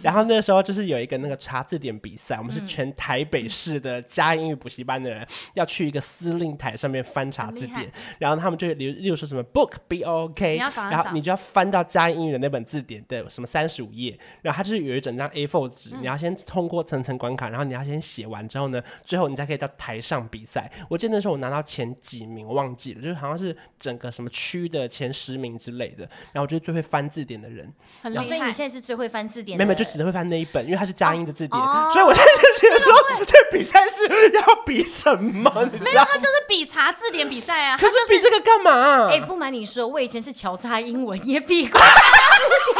[SPEAKER 2] 然后那时候就是有一个那个查字典比赛，我们是
[SPEAKER 3] 嗯
[SPEAKER 2] 全台北市的家英语补习班的人、要去一个司令台上面翻查字
[SPEAKER 3] 很厉
[SPEAKER 2] 典，然后他们就例如例如说什么 book b o k，
[SPEAKER 3] 你要赶快
[SPEAKER 2] 然
[SPEAKER 3] 找
[SPEAKER 2] 后你就要翻到家英语的那本字典的什么三十五页，然后它就是有一整张 A4 纸，
[SPEAKER 3] 嗯
[SPEAKER 2] 你要先通过层层关卡，然后你要先写完之后呢，最后你才可以到台上比赛。我记得那时候我拿到前几名，我忘记了，就是好像是整个什么区的前十名之类的，然后我就是最会翻字典的人。
[SPEAKER 3] 很
[SPEAKER 1] 哦所
[SPEAKER 3] 厉
[SPEAKER 1] 以
[SPEAKER 3] 害
[SPEAKER 1] 你。现在是最会翻字典
[SPEAKER 2] 没
[SPEAKER 1] 的
[SPEAKER 2] 有，
[SPEAKER 1] 人，
[SPEAKER 2] 没有就只会翻那一本，因为它是佳音的字典，
[SPEAKER 1] 哦
[SPEAKER 2] 所以我现在就觉得说，这比赛是要比什么？你知道？
[SPEAKER 3] 他就是比查字典比赛啊，
[SPEAKER 2] 可是比这个干嘛、
[SPEAKER 1] 哎、不瞒你说，我以前是乔差英文也比过
[SPEAKER 3] 没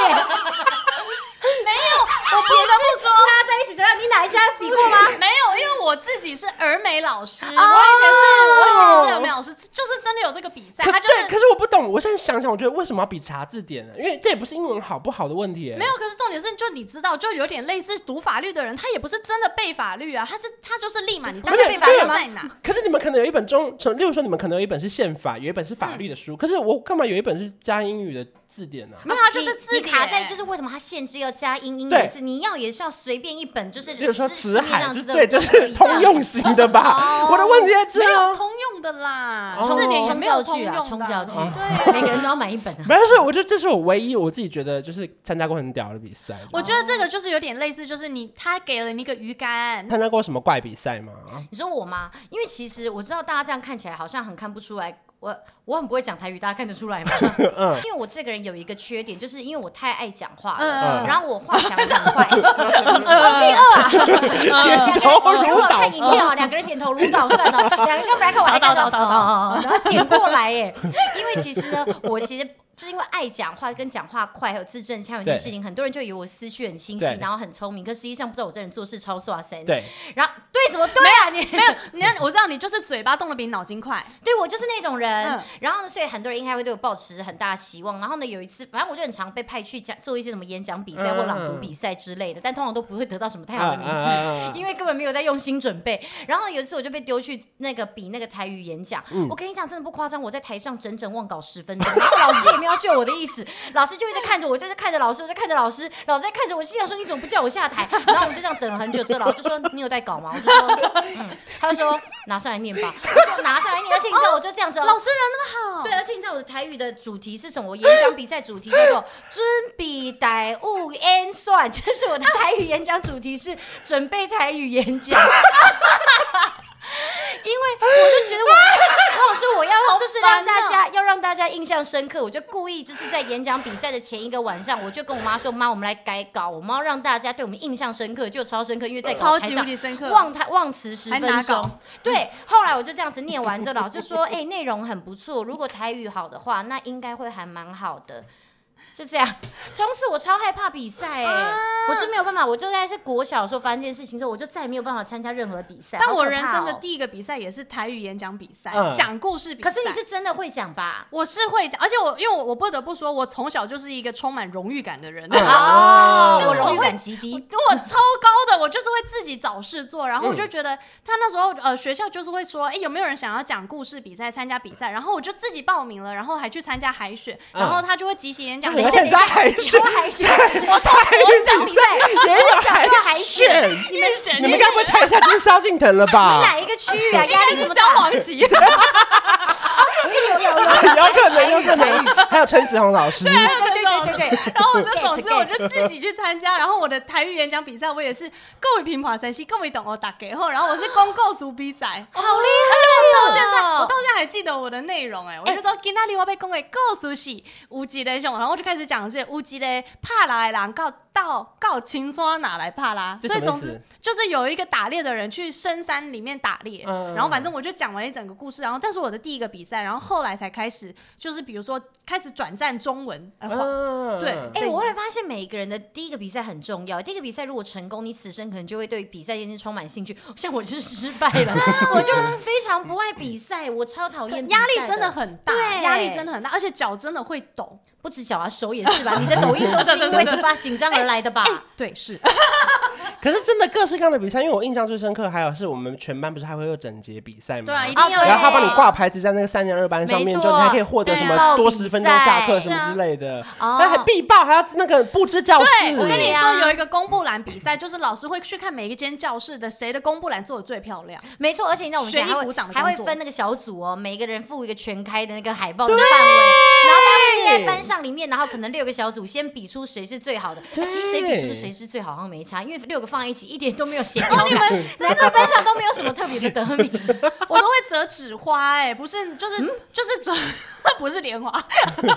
[SPEAKER 3] 有，我别的不说，大家在一起怎么样？你哪一家比过吗？没有，因为我自己己是儿美老师，
[SPEAKER 2] 哦
[SPEAKER 3] 我以前是，我以前也是儿美老师，就是真的有这个比赛，
[SPEAKER 2] 可
[SPEAKER 3] 他就是
[SPEAKER 2] 对，可是我不懂，我现在想想，我觉得为什么要比查字典呢？因为这也不是英文好不好的问题、欸，
[SPEAKER 3] 没有，可是重点是，就你知道，就有点类似读法律的人，他也不是真的背法律啊，他是他就是立马你当
[SPEAKER 2] 不
[SPEAKER 3] 时
[SPEAKER 2] 是
[SPEAKER 3] 背法律
[SPEAKER 2] 对啊
[SPEAKER 3] 在哪？
[SPEAKER 2] 可是你们可能有一本中，例如说你们可能有一本是宪法，有一本是法
[SPEAKER 3] 嗯
[SPEAKER 2] 律的书，可是我干嘛有一本是加英语的字典呢、
[SPEAKER 3] 没有啊，就
[SPEAKER 1] 你
[SPEAKER 3] 是字
[SPEAKER 1] 你卡
[SPEAKER 3] 典
[SPEAKER 1] 在
[SPEAKER 2] 啊
[SPEAKER 1] 就是为什么它限制要加英英
[SPEAKER 2] 对
[SPEAKER 1] 语字，你要也是要随便一本，就是
[SPEAKER 2] 例如说
[SPEAKER 1] 市
[SPEAKER 2] 词
[SPEAKER 1] 市面
[SPEAKER 2] 海，
[SPEAKER 1] 上
[SPEAKER 2] 就
[SPEAKER 1] 真的
[SPEAKER 2] 对，就
[SPEAKER 1] 都可
[SPEAKER 2] 是
[SPEAKER 1] 以
[SPEAKER 2] 通
[SPEAKER 1] 的
[SPEAKER 2] 用型的 吧。我的问题在这
[SPEAKER 3] 哦没有
[SPEAKER 2] 啊，
[SPEAKER 3] 通用的啦，
[SPEAKER 2] 哦
[SPEAKER 3] 字典也
[SPEAKER 1] 冲
[SPEAKER 3] 没
[SPEAKER 1] 教
[SPEAKER 3] 有通
[SPEAKER 1] 具
[SPEAKER 3] 用
[SPEAKER 1] 啊，
[SPEAKER 3] 的
[SPEAKER 1] 冲教具，
[SPEAKER 3] 对
[SPEAKER 1] 每个
[SPEAKER 3] 啊。
[SPEAKER 1] 人都要买一本啊。
[SPEAKER 2] 没事，我觉得这是我唯一我自己觉得就是参加过很屌的比赛。
[SPEAKER 3] 我觉得这个就是有点类似，就是你他给了你一个鱼 竿，
[SPEAKER 2] 参加过什么怪比赛吗？
[SPEAKER 1] 你说我吗？因为其实我知道大家这样看起来好像很看不出来，我我很不会讲台语，大家看得出 来吗？
[SPEAKER 2] 嗯
[SPEAKER 1] 因为我这个人有一个缺点，就是因为我太爱讲话了，
[SPEAKER 2] 嗯
[SPEAKER 1] 然后我话讲得很 快。哦啊
[SPEAKER 2] 点头如
[SPEAKER 1] 我
[SPEAKER 2] 捣
[SPEAKER 1] 看影
[SPEAKER 2] 蒜。
[SPEAKER 1] 片哦，两个人点头如捣蒜哦，两个人本来看我还
[SPEAKER 3] 捣
[SPEAKER 1] 看
[SPEAKER 3] 捣
[SPEAKER 1] 着
[SPEAKER 3] 捣
[SPEAKER 1] 哦，然后点过来耶。 因为其实呢，我其实。就是因为爱讲话跟讲话快还有字正腔圆这件事情，很多人就以为我思绪很清晰
[SPEAKER 2] 对，
[SPEAKER 1] 然后很聪明，可实际上不知道我这人做事超刷神。，
[SPEAKER 2] 对，
[SPEAKER 1] 然后对什么对啊你？
[SPEAKER 3] 没有，你看我知道你就是嘴巴动得比脑筋快，
[SPEAKER 1] 对我就是那种人。
[SPEAKER 3] 嗯
[SPEAKER 1] 然后呢，所以很多人应该会对我抱持很大的希望。然后呢，有一次，反正我就很常被派去讲做一些什么演讲比赛
[SPEAKER 2] 嗯
[SPEAKER 1] 或朗读比赛之类的，但通常都不会得到什么太好的名次。
[SPEAKER 2] 啊啊啊啊啊
[SPEAKER 1] 因为根本没有在用心准备，然后有一次我就被丢去那个比那个台语演讲，我跟你讲真的不夸张，我在台上整整忘稿十分钟，然后老师也没有要救我的意思，老师就一直看着我，就是看着老师，我在看着老师，老师在看着我，心想说你怎么不叫我下台？然后我就这样等了很久之后，老师就说你有带稿吗？我就说嗯，他就说拿上来念吧，我就拿上来念，而且你知道我就这样子哦，
[SPEAKER 3] 老师人那么好，
[SPEAKER 1] 对，而且你知道我的台语的主题是什么？我演讲比赛主题叫做“准备台务演 算”，就是我的台语演讲主题是准备台语演讲。因为我就觉得我，我说我要就是让大家、要让大家印象深刻，我就故意就是在演讲比赛的前一个晚上，我就跟我妈说：“妈，我们来改稿，我们要让大家对我们印象深刻，就超深刻，因为在稿
[SPEAKER 3] 超
[SPEAKER 1] 台
[SPEAKER 3] 级
[SPEAKER 1] 上
[SPEAKER 3] 无敌深刻
[SPEAKER 1] 忘台忘词十
[SPEAKER 3] 还拿
[SPEAKER 1] 分
[SPEAKER 3] 稿
[SPEAKER 1] 钟。对，后来我就这样子念完之后，老师说：“哎、内容很不错，如果台语好的话，那应该会还蛮好的。”就这样，从此我超害怕比赛哎、
[SPEAKER 3] 啊
[SPEAKER 1] 我是没有办法，我就在是国小的时候发生这件事情之后，我就再也没有办法参加任何比赛。
[SPEAKER 3] 但
[SPEAKER 1] 好
[SPEAKER 3] 我
[SPEAKER 1] 可
[SPEAKER 3] 人
[SPEAKER 1] 怕
[SPEAKER 3] 生的
[SPEAKER 1] 哦
[SPEAKER 3] 第一个比赛也是台语演讲比赛
[SPEAKER 2] 嗯，
[SPEAKER 3] 讲故事比赛。
[SPEAKER 1] 可是你是真的会讲吧？
[SPEAKER 3] 我是会讲，而且我因为我我不得不说，我从小就是一个充满荣誉感的人。
[SPEAKER 2] 嗯啊
[SPEAKER 1] 哦，
[SPEAKER 3] 就
[SPEAKER 1] 我
[SPEAKER 3] 是我
[SPEAKER 1] 荣誉
[SPEAKER 3] 会
[SPEAKER 1] 感极低。
[SPEAKER 3] 我超高的，我就是会自己找事做，然后我就
[SPEAKER 2] 嗯
[SPEAKER 3] 觉得他那时候呃学校就是会说，哎、有没有人想要讲故事比赛参加比赛？然后我就自己报名了，然后还去参加海选，
[SPEAKER 2] 嗯
[SPEAKER 3] 然后他就会集齐演讲比
[SPEAKER 2] 而
[SPEAKER 3] 赛。
[SPEAKER 2] 且你在海选，
[SPEAKER 1] 海选，
[SPEAKER 2] 我
[SPEAKER 1] 想比赛，
[SPEAKER 2] 也有海
[SPEAKER 1] 我想
[SPEAKER 2] 选，
[SPEAKER 3] 你们选
[SPEAKER 2] 你们该不会太一下就是萧敬腾了吧？
[SPEAKER 1] 哪一个区 域啊？压力
[SPEAKER 3] 应该
[SPEAKER 1] 这
[SPEAKER 3] 是
[SPEAKER 1] 么
[SPEAKER 3] 消
[SPEAKER 1] 大？
[SPEAKER 3] 防旗，
[SPEAKER 1] 有有有，
[SPEAKER 2] 有可能，有可能，还有陈子红老师，
[SPEAKER 1] 对对对对对。
[SPEAKER 3] 然后我就总
[SPEAKER 1] Get,
[SPEAKER 3] 之
[SPEAKER 1] get
[SPEAKER 3] 我就自己去参加，然后我的台语演讲比赛我也是各位平华山西各位懂我打给后，然后我是公告组比赛，
[SPEAKER 2] 哦
[SPEAKER 1] 好厉害！哦
[SPEAKER 3] 到现在哎我到现在还记得我的内容哎、我就说今天我被公给告诉是有一个熊，然后我就开始讲是有一个帕拉的人到到到青山哪来帕拉，
[SPEAKER 2] 这
[SPEAKER 3] 所以
[SPEAKER 2] 什么
[SPEAKER 3] 总
[SPEAKER 2] 意思
[SPEAKER 3] 之就是有一个打猎的人去深山里面打猎，
[SPEAKER 2] 嗯
[SPEAKER 3] 然后反正我就讲完一整个故事，然后但是我的第一个比赛，然后后来才开始就是比如说开始转战中文，呃
[SPEAKER 2] 嗯
[SPEAKER 3] 对
[SPEAKER 1] 哎、我后来发现每一个人的第一个比赛很重要。第一个比赛如果成功，你此生可能就会对比赛这件事充满兴趣。像我就是失败了，我就非常不爱比赛，我超讨厌比赛
[SPEAKER 3] 压力真的很大，
[SPEAKER 1] 对
[SPEAKER 3] 压力真的很大，而且脚真的会抖。
[SPEAKER 1] 不止脚啊，手也是吧？你的抖音都是 因为对吧紧张而来的吧？
[SPEAKER 3] 对，是
[SPEAKER 2] 可是真的各式各样的比赛，因为我印象最深刻，还有是我们全班不是还会有整洁比赛吗？
[SPEAKER 3] 对啊，一
[SPEAKER 1] 啊
[SPEAKER 3] 定要。
[SPEAKER 2] 然后他帮你挂牌子在那个三年二班上面，
[SPEAKER 1] 没
[SPEAKER 2] 就
[SPEAKER 1] 错
[SPEAKER 2] 你还可以获得什
[SPEAKER 1] 对报
[SPEAKER 2] 么
[SPEAKER 1] 比
[SPEAKER 2] 多十分钟下课
[SPEAKER 1] 赛
[SPEAKER 2] 什么之类的，
[SPEAKER 1] 啊
[SPEAKER 2] 那还必报，还要那个布置教室。
[SPEAKER 3] 对，我跟你
[SPEAKER 1] 对
[SPEAKER 3] 说，
[SPEAKER 1] 啊
[SPEAKER 3] 有一个公布栏比赛，就是老师会去看每一间教室的谁的公布栏做的最漂亮。
[SPEAKER 1] 没错，而且你知道我们现在
[SPEAKER 3] 学
[SPEAKER 1] 还
[SPEAKER 3] 艺鼓
[SPEAKER 1] 会
[SPEAKER 3] 掌的
[SPEAKER 1] 还
[SPEAKER 3] 工
[SPEAKER 1] 会
[SPEAKER 3] 作
[SPEAKER 1] 分那个小组哦，每一个人附一个全开的那个海报的范围，然后大家会是在班上里面，然后可能六个小组先比出谁是最好的。那其实谁比出谁是最好好像没差，因为六个放在一起一点都没有 协调感，你们难怪班上都没有什么特别的得名。
[SPEAKER 3] 我都会折纸花、哎，不是，就是、
[SPEAKER 2] 嗯
[SPEAKER 3] 就是折，不是莲花，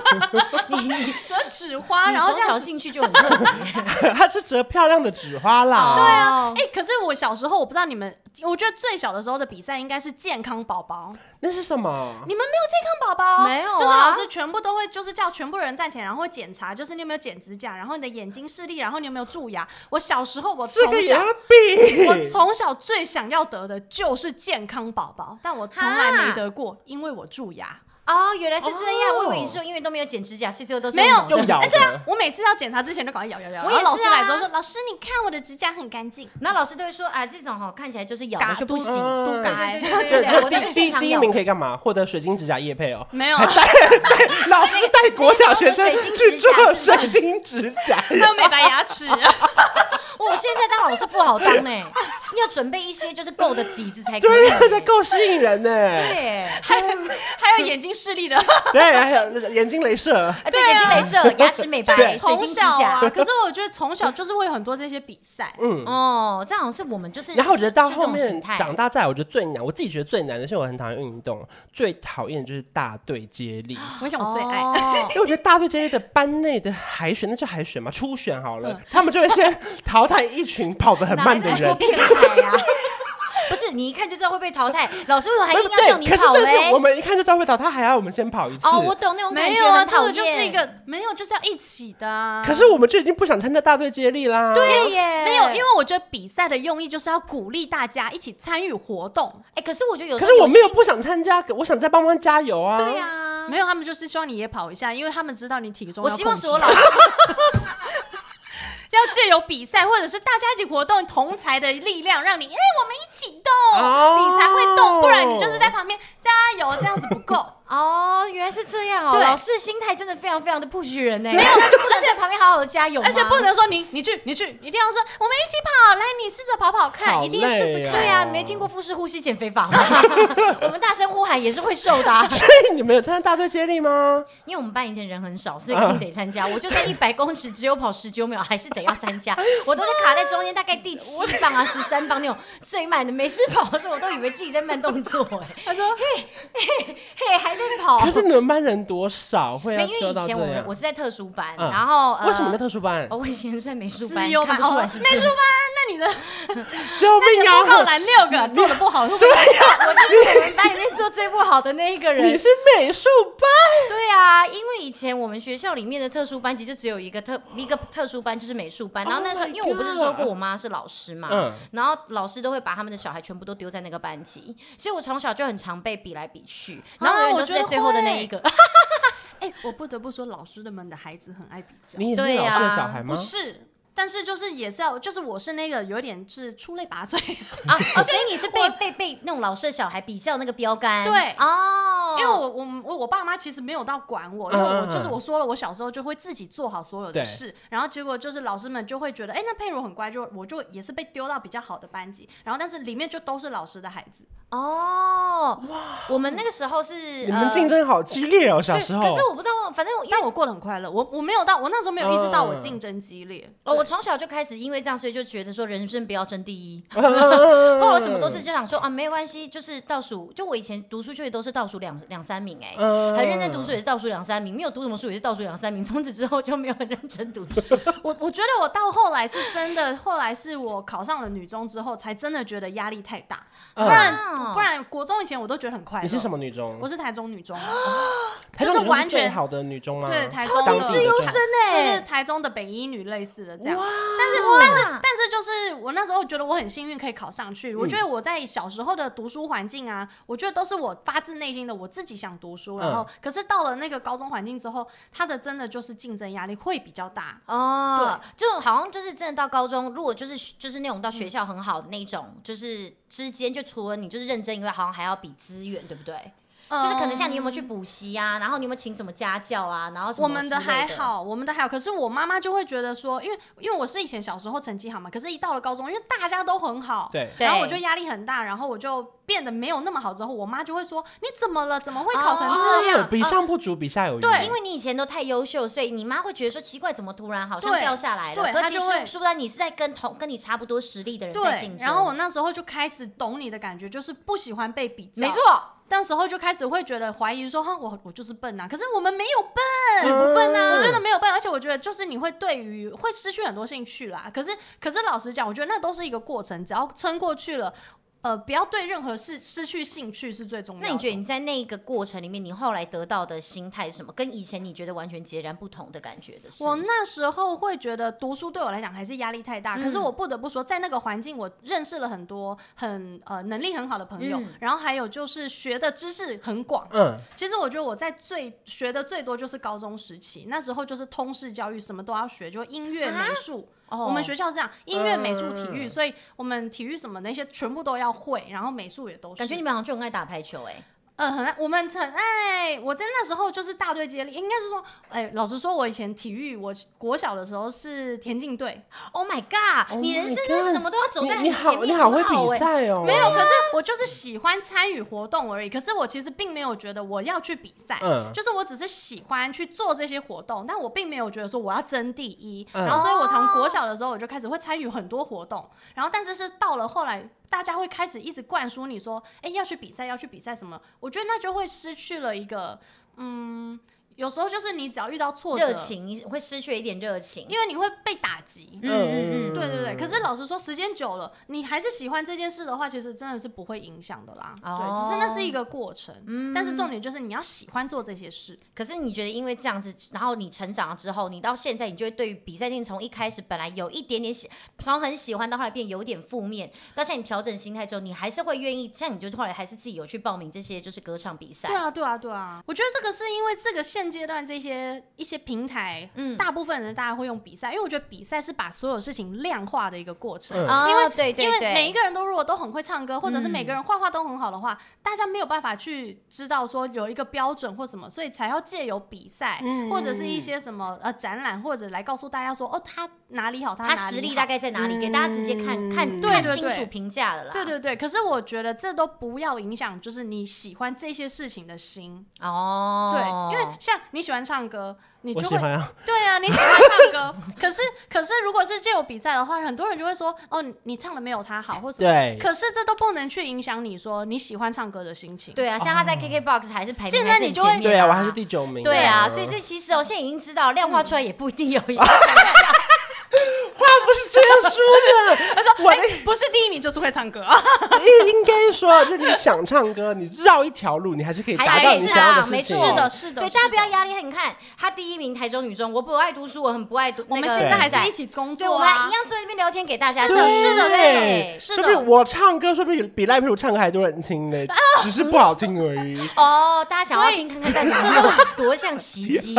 [SPEAKER 1] 你你
[SPEAKER 3] 折纸花，
[SPEAKER 1] 你
[SPEAKER 3] 啊然后
[SPEAKER 1] 从
[SPEAKER 3] 这
[SPEAKER 1] 小
[SPEAKER 3] 样。
[SPEAKER 1] 兴趣就很特别，
[SPEAKER 2] 他是折漂亮的纸花啦。
[SPEAKER 3] 对
[SPEAKER 1] 对
[SPEAKER 3] 啊
[SPEAKER 1] 啊，
[SPEAKER 3] 哎、可是我小时候我不知道你们我觉得最小的时候的比赛应该是健康宝宝，
[SPEAKER 2] 那是什么？
[SPEAKER 3] 你们没有健康宝宝，
[SPEAKER 1] 没有啊
[SPEAKER 3] 就是老师全部都会，就是叫全部人站起来，然后会检查，就是你有没有剪指甲，然后你的眼睛视力，然后你有没有蛀牙。我小时候我
[SPEAKER 2] 这
[SPEAKER 3] 从
[SPEAKER 2] 个也
[SPEAKER 3] 小
[SPEAKER 2] 要比？
[SPEAKER 3] 我从小最想要得的就是健康宝宝，但我从来没得过，因为我蛀牙。
[SPEAKER 1] 哦，原来是这样，
[SPEAKER 2] 哦
[SPEAKER 1] 我以为你是说因为都没有剪指甲，所以最后都是
[SPEAKER 3] 没有
[SPEAKER 1] 用
[SPEAKER 2] 用
[SPEAKER 1] 的。
[SPEAKER 2] 咬
[SPEAKER 3] 哎，对啊
[SPEAKER 2] 的，
[SPEAKER 3] 我每次要检查之前都赶快咬咬咬，
[SPEAKER 1] 我
[SPEAKER 3] 然后
[SPEAKER 1] 也
[SPEAKER 3] 老
[SPEAKER 1] 是
[SPEAKER 3] 师来
[SPEAKER 1] 啊
[SPEAKER 3] 的时候说：“老师，你看我的指甲很干净。
[SPEAKER 1] 然后老师都会说啊，这种哈看起来就是咬的就不行。
[SPEAKER 2] 嗯
[SPEAKER 3] 都
[SPEAKER 1] 对
[SPEAKER 3] 改
[SPEAKER 1] 对对对
[SPEAKER 2] 就
[SPEAKER 1] 对 对，我在
[SPEAKER 2] 第
[SPEAKER 1] 现
[SPEAKER 2] 第
[SPEAKER 1] 场
[SPEAKER 2] 第一
[SPEAKER 1] 咬
[SPEAKER 2] 名可以干嘛？获得水晶指甲叶配哦”。
[SPEAKER 3] 没
[SPEAKER 1] 啊
[SPEAKER 3] 有，
[SPEAKER 2] 老师带国小学生去做水晶指甲，
[SPEAKER 3] 还有美白 牙齿。
[SPEAKER 1] 我哦现在当老师不好当哎、要准备一些就是够的底子才可以、欸。
[SPEAKER 2] 对呀，这够吸引人呢。
[SPEAKER 1] 对，
[SPEAKER 3] 还有还有眼睛视力的，
[SPEAKER 2] 对，还有那个眼睛镭射，
[SPEAKER 1] 啊对，眼睛镭射、牙齿美白、
[SPEAKER 2] 对
[SPEAKER 1] 水
[SPEAKER 3] 从
[SPEAKER 1] 晶指
[SPEAKER 3] 小啊。
[SPEAKER 1] 甲。
[SPEAKER 3] 可是我觉得从小就是会有很多这些比赛，
[SPEAKER 2] 嗯。
[SPEAKER 1] 哦，这好像是我们就是，
[SPEAKER 2] 然后我觉得到
[SPEAKER 1] 就这
[SPEAKER 2] 后
[SPEAKER 1] 种
[SPEAKER 2] 面
[SPEAKER 1] 形态
[SPEAKER 2] 长大再来，我觉得最难，我自己觉得最难的是我很讨厌运动，最讨厌就是大队接力。
[SPEAKER 1] 啊
[SPEAKER 3] 我想我最爱。
[SPEAKER 1] 哦
[SPEAKER 2] 因为我觉得大队接力的班内的海选，那叫海选嘛，初选好了，他们就会先淘汰一群跑得很
[SPEAKER 1] 嗯哪来
[SPEAKER 2] 慢的
[SPEAKER 1] 那么多
[SPEAKER 2] 人。
[SPEAKER 1] 偏海呀、啊不是，你一看就知道会被淘汰。老师为什么还硬要
[SPEAKER 2] 对
[SPEAKER 1] 叫，你
[SPEAKER 2] 可是
[SPEAKER 1] 跑
[SPEAKER 2] 这
[SPEAKER 1] 嘞
[SPEAKER 2] 是我？们一看就知道会淘汰，他还要我们先跑一次。
[SPEAKER 1] 哦，我懂那种感
[SPEAKER 3] 没
[SPEAKER 1] 觉，
[SPEAKER 3] 有啊，
[SPEAKER 1] 很
[SPEAKER 3] 这
[SPEAKER 1] 讨
[SPEAKER 3] 个
[SPEAKER 1] 厌。
[SPEAKER 3] 就是一个没有，就是要一起的啊。
[SPEAKER 2] 可是我们就已经不想参加大队接力啦。
[SPEAKER 1] 对啊耶，
[SPEAKER 3] 没有，因为我觉得比赛的用意就是要鼓励大家一起参与活动。
[SPEAKER 1] 哎、可是我觉得有时
[SPEAKER 2] 可
[SPEAKER 1] 候
[SPEAKER 2] 是我没有
[SPEAKER 1] 些
[SPEAKER 2] 不想参加，可我想再帮忙加油啊。
[SPEAKER 1] 对啊，
[SPEAKER 3] 没有，他们就是希望你也跑一下，因为他们知道你体重要
[SPEAKER 1] 我
[SPEAKER 3] 控制。
[SPEAKER 1] 希望所有老师
[SPEAKER 3] 要借由比赛或者是大家一起活动同才的力量，让你哎、我们一起动，
[SPEAKER 2] 哦
[SPEAKER 3] 你才会动，不然你就是在旁边加油，这样子不 够。
[SPEAKER 1] 哦，原来是这样哦。
[SPEAKER 3] 对
[SPEAKER 1] 老师的心态真的非常非常的 push 人 呢。没有，不能在旁边好好的加油吗，
[SPEAKER 3] 而且不能说你你去你去，一定要说我们一起跑，来你试着跑跑看，
[SPEAKER 2] 好
[SPEAKER 3] 一定试试
[SPEAKER 2] 累
[SPEAKER 3] 看。
[SPEAKER 2] 哦
[SPEAKER 1] 对啊呀、没听过腹式呼吸减肥法吗？ 我们大声呼喊也是会瘦的、啊，
[SPEAKER 2] 所以你们有参加大队接力吗？
[SPEAKER 1] 因为我们班以前人很少，所以一定得参加。我就 算一百公尺只有跑十九秒，还是得要参 加。我都是卡在中间，大概第七棒啊、十三棒那种最慢的。每次跑的时候，我都以为自己在慢动作、哎，
[SPEAKER 3] 他说
[SPEAKER 1] 嘿，还在跑。
[SPEAKER 2] 可是你们班人多少会
[SPEAKER 1] 没
[SPEAKER 2] 要
[SPEAKER 1] 因为
[SPEAKER 2] 修
[SPEAKER 1] 以
[SPEAKER 2] 到这
[SPEAKER 1] 前我们
[SPEAKER 2] 样
[SPEAKER 1] 我？是在特殊班，
[SPEAKER 2] 嗯
[SPEAKER 1] 然后、呃、
[SPEAKER 2] 为什么在特殊班？
[SPEAKER 1] 哦，我以前是在美术班，
[SPEAKER 3] 自由
[SPEAKER 1] 看
[SPEAKER 3] 班
[SPEAKER 1] 不出
[SPEAKER 3] 哦
[SPEAKER 1] 来，是不
[SPEAKER 3] 美
[SPEAKER 1] 是
[SPEAKER 3] 术班，那你的
[SPEAKER 2] 救 命
[SPEAKER 3] 报告
[SPEAKER 2] 啊！
[SPEAKER 3] 栏六个做的不好，对
[SPEAKER 1] 啊我就是我们班里面做最不好的那一 个
[SPEAKER 2] 你
[SPEAKER 1] 人。
[SPEAKER 2] 是美术班，
[SPEAKER 1] 对啊，因为以前我们学校里面的特殊班级就只有一个特一个特殊班，就是美术班。然后那时候
[SPEAKER 2] Oh my
[SPEAKER 1] 因为我不是说过
[SPEAKER 2] God
[SPEAKER 1] 我妈是老师嘛，
[SPEAKER 2] 嗯
[SPEAKER 1] 然后老师都会把他们的小孩全部都丢在那个班级，所以我从小就很常被比来比去，然后永远都是在最后的那一个。
[SPEAKER 3] 哎、我不得不说，老师的们的孩子很爱比较。
[SPEAKER 2] 你也啊是
[SPEAKER 1] 对啊
[SPEAKER 2] 老
[SPEAKER 1] 呀
[SPEAKER 2] 师的小孩吗
[SPEAKER 3] 不？是，但是就是也是要，就是我是那个有点是出类拔萃。
[SPEAKER 1] 啊哦，所以你是被被被那种老师的小孩比较那个标杆，
[SPEAKER 3] 对
[SPEAKER 1] 哦，
[SPEAKER 3] 因为我我我我爸妈其实没有到管我，因为我就是我说了，我小时候就会自己做好所有的
[SPEAKER 2] 嗯对
[SPEAKER 3] 事，然后结果就是老师们就会觉得，哎、那佩如很乖，就我就也是被丢到比较好的班级，然后但是里面就都是老师的孩子，
[SPEAKER 1] 哦，我们那个时候是
[SPEAKER 2] 你们竞。
[SPEAKER 1] 呃
[SPEAKER 2] 争好激烈哦，小
[SPEAKER 1] 对，
[SPEAKER 2] 时候。
[SPEAKER 1] 可是我不知道，反正我因为
[SPEAKER 3] 但我过得很快乐，我我没有到，我那时候没有意识到我
[SPEAKER 2] 嗯
[SPEAKER 3] 竞争激烈。
[SPEAKER 1] 哦，
[SPEAKER 3] 对
[SPEAKER 1] 我从小就开始因为这样，所以就觉得说人生不要争第一，
[SPEAKER 2] 后
[SPEAKER 1] 后来什么都是就想说啊，没有关系，就是倒数。就我以前读书就也都是倒数两两三名、哎、
[SPEAKER 2] 嗯
[SPEAKER 1] 很认真读书也是倒数两三名，没有读什么书也是倒数两三名。从此之后就没有很认真读书。
[SPEAKER 3] 我我觉得我到后来是真的，后来是我考上了女中之后，才真的觉得压力太大，不
[SPEAKER 2] 嗯
[SPEAKER 3] 然、
[SPEAKER 1] 哦
[SPEAKER 3] 不然国中以前我都觉得很快乐。
[SPEAKER 2] 你是什？么女中？
[SPEAKER 3] 我是台中女中啊，
[SPEAKER 2] 台
[SPEAKER 3] 就
[SPEAKER 2] 中
[SPEAKER 3] 是
[SPEAKER 2] 女中
[SPEAKER 3] 完
[SPEAKER 2] 最
[SPEAKER 3] 全
[SPEAKER 2] 好的女中吗？啊
[SPEAKER 3] 对台中
[SPEAKER 2] 当地
[SPEAKER 3] 的
[SPEAKER 2] 的
[SPEAKER 3] 自由
[SPEAKER 2] 中
[SPEAKER 1] 生
[SPEAKER 3] 就是
[SPEAKER 1] 哎
[SPEAKER 3] 台中的北一女类似的这样。
[SPEAKER 2] 哇！
[SPEAKER 1] 但是
[SPEAKER 3] 但是就是我那时候觉得我很幸运可以考上去，我觉
[SPEAKER 2] 嗯
[SPEAKER 3] 得我在小时候的读书环境啊，我觉得都是我发自内心的我自己想读书，然
[SPEAKER 2] 嗯
[SPEAKER 3] 后可是到了那个高中环境之后，他的真的就是竞争压力会比较大，
[SPEAKER 1] 哦，就好像就是真的到高中，如果就是就是那种到学校很好的那种，就是之间就除了你就是认真以外，好像还要比资源，对不对？就是可能像你有没有去补习啊，然后你有没有请什么家教啊，然后什么
[SPEAKER 3] 我们的
[SPEAKER 1] 之类
[SPEAKER 3] 还。好，我们的还好。可是我妈妈就会觉得说，因为因为我是以前小时候成绩好嘛，可是一到了高中，因为大家都很好，
[SPEAKER 2] 对
[SPEAKER 1] 对
[SPEAKER 3] 然后我就压力很大，然后我就变得没有那么好。之后我妈就会说：“你怎么了？怎么会考成这样？”
[SPEAKER 2] 哦比上不足，比下有余。
[SPEAKER 3] 对
[SPEAKER 1] 啊因为你以前都太优秀，所以你妈会觉得说奇怪，怎么突然好像
[SPEAKER 3] 对
[SPEAKER 1] 掉下来了？
[SPEAKER 3] 对
[SPEAKER 1] 可
[SPEAKER 3] 她
[SPEAKER 1] 其实
[SPEAKER 3] 就会
[SPEAKER 1] 殊不知道你是在跟同跟你差不多实力的人在
[SPEAKER 3] 对
[SPEAKER 1] 竞，争。
[SPEAKER 3] 然后我那时候就开始懂你的感觉，就是不喜欢被比较。
[SPEAKER 1] 没错，，
[SPEAKER 3] 那时候就开始会觉得怀疑说，哼，我我就是笨啊。可是我们没有笨，
[SPEAKER 2] 你
[SPEAKER 1] 嗯
[SPEAKER 2] 不笨啊
[SPEAKER 3] 我真的没有笨。而且我觉得就是你会对于会失去很多兴趣啦。可是可是老实讲，我觉得那都是一个过程，只要撑过去了。呃，不要对任何事失去兴趣是最重要的。
[SPEAKER 1] 那你觉得你在那一个过程里面，你后来得到的心态是什么？跟以前你觉得完全截然不同的感觉的哦是？
[SPEAKER 3] 我那时候会觉得读书对我来讲还是压力太大，
[SPEAKER 1] 嗯
[SPEAKER 3] 可是我不得不说，在那个环境，我认识了很多很呃能力很好的朋友，
[SPEAKER 1] 嗯
[SPEAKER 3] 然后还有就是学的知识很广。
[SPEAKER 2] 嗯，
[SPEAKER 3] 其实我觉得我在最学的最多就是高中时期，那时候就是通识教育，什么都要学，就音乐、美术。
[SPEAKER 1] 哦
[SPEAKER 2] 啊
[SPEAKER 3] 我们学校是这样，音乐、美术、
[SPEAKER 2] 嗯
[SPEAKER 3] 体育，所以我们体育什么那些全部都要会，然后美术也都是。
[SPEAKER 1] 感觉你们好像就很爱打排球哎、
[SPEAKER 3] 呃，很爱，我们很爱。我在那时候就是大队接力，应该是说，哎、老实说，我以前体育，我国小的时候是田径队，
[SPEAKER 1] Oh my god！、
[SPEAKER 2] Oh
[SPEAKER 1] 你
[SPEAKER 2] my
[SPEAKER 1] 人生真的
[SPEAKER 2] God
[SPEAKER 1] 什么都要走在很
[SPEAKER 2] 你你
[SPEAKER 1] 前
[SPEAKER 2] 好，
[SPEAKER 1] 面，
[SPEAKER 2] 你好会
[SPEAKER 1] 很好
[SPEAKER 2] 比
[SPEAKER 1] 哎
[SPEAKER 2] 赛哦。
[SPEAKER 3] 没有，可是我就是喜欢参与活动而已。可是我其实并没有觉得我要去比赛，
[SPEAKER 2] 嗯
[SPEAKER 3] 就是我只是喜欢去做这些活动，但我并没有觉得说我要争第一。
[SPEAKER 2] 嗯
[SPEAKER 3] 然后，所以我从国小的时候我就开始会参与很多活动，然后但是是到了后来。大家会开始一直灌输你说，哎、要去比赛，要去比赛什么？我觉得那就会失去了一个，嗯，有时候就是你只要遇到挫折，
[SPEAKER 1] 热情，你会失去一点热情，
[SPEAKER 3] 因为你会被打击，
[SPEAKER 1] 嗯嗯嗯，
[SPEAKER 3] 对对对，可是老实说，时间久了，你还是喜欢这件事的话，其实真的是不会影响的啦。
[SPEAKER 1] 哦
[SPEAKER 3] 对，只是那是一个过程。但是重点就是你要喜欢做这些事。
[SPEAKER 1] 可是你觉得因为这样子，然后你成长了之后，你到现在你就会对于比赛性从一开始本来有一点点喜，从很喜欢到后来变有点负面，到现在你调整心态之后，你还是会愿意，像你就后来还是自己有去报名这些就是歌唱比赛，
[SPEAKER 3] 对啊，对啊，对啊。我觉得这个是因为这个现阶段这些一些平台，
[SPEAKER 1] 嗯
[SPEAKER 3] 大部分人大家会用比赛，因为我觉得比赛是把所有事情量化的一个过程。
[SPEAKER 2] 嗯
[SPEAKER 1] 啊，
[SPEAKER 3] 因为
[SPEAKER 1] 对对
[SPEAKER 3] 因为
[SPEAKER 1] 对，
[SPEAKER 3] 每一个人都如果都很会唱歌，或者是
[SPEAKER 1] 嗯
[SPEAKER 3] 每个人画画都很好的话，大家没有办法去知道说有一个标准或什么，所以才要借由比赛、
[SPEAKER 1] 嗯
[SPEAKER 3] 或者是一些什么呃展览，或者来告诉大家说哦他哪里好，
[SPEAKER 1] 他
[SPEAKER 3] 哪里
[SPEAKER 1] 实力
[SPEAKER 3] 好
[SPEAKER 1] 大。概在哪里，给大家直接看看
[SPEAKER 3] 对
[SPEAKER 1] 看
[SPEAKER 3] 对
[SPEAKER 1] 清
[SPEAKER 3] 对
[SPEAKER 1] 楚评价了啦。
[SPEAKER 3] 对对对，可是我觉得这都不要影响，就是你喜欢这些事情的心。
[SPEAKER 1] 哦，
[SPEAKER 3] 对，因为像你喜欢唱歌，你
[SPEAKER 2] 我
[SPEAKER 3] 就
[SPEAKER 2] 喜
[SPEAKER 3] 会
[SPEAKER 2] 欢啊，
[SPEAKER 3] 对啊，你喜欢唱歌，可是可是如果是借由比赛的话，很多人就会说哦，你你唱的没有他好，或什么。
[SPEAKER 2] 对，
[SPEAKER 3] 可是这都不能去影响你说你喜欢唱歌的心情。
[SPEAKER 1] 对啊，像他在 KKBOX 还是排名
[SPEAKER 3] 现在
[SPEAKER 1] 还是
[SPEAKER 3] 你
[SPEAKER 1] 很
[SPEAKER 3] 就会
[SPEAKER 1] 前面
[SPEAKER 2] 对啊，我还是第九名。
[SPEAKER 1] 对啊，所以这其实哦，现在已经知道量化出来也不一定有一个
[SPEAKER 2] 话不是这样说的。
[SPEAKER 3] 他说：“
[SPEAKER 2] 我
[SPEAKER 3] 哎、
[SPEAKER 2] 的
[SPEAKER 3] 不是第一名就是会唱歌啊。
[SPEAKER 2] 应应该说，就是你想唱歌，你绕一条路，你还是可以
[SPEAKER 1] 还
[SPEAKER 2] 达
[SPEAKER 1] 是
[SPEAKER 2] 到你
[SPEAKER 1] 是
[SPEAKER 2] 想要
[SPEAKER 1] 啊
[SPEAKER 2] 的事
[SPEAKER 1] 没
[SPEAKER 2] 情。
[SPEAKER 1] 错
[SPEAKER 3] 是的，是的。
[SPEAKER 1] 对，
[SPEAKER 3] 是
[SPEAKER 1] 大家不要
[SPEAKER 3] 的。
[SPEAKER 1] 压力。你看他第一名台中女中，我不爱读书，我很不爱读。
[SPEAKER 3] 我们
[SPEAKER 1] 那个
[SPEAKER 3] 现在还
[SPEAKER 1] 比赛
[SPEAKER 3] 是一起工
[SPEAKER 1] 对，
[SPEAKER 3] 作、啊，
[SPEAKER 1] 我们还一。样坐在那边聊天给大家。
[SPEAKER 3] 是的
[SPEAKER 1] 对
[SPEAKER 3] 是的
[SPEAKER 1] 对
[SPEAKER 3] 是
[SPEAKER 2] 说
[SPEAKER 3] 的
[SPEAKER 2] 不定我唱歌，说不定比赖佩如唱歌还多人听呢，只是不好听而已。
[SPEAKER 1] 哦，大家想要
[SPEAKER 3] 所以
[SPEAKER 1] 听看看到 底真的 多像奇迹，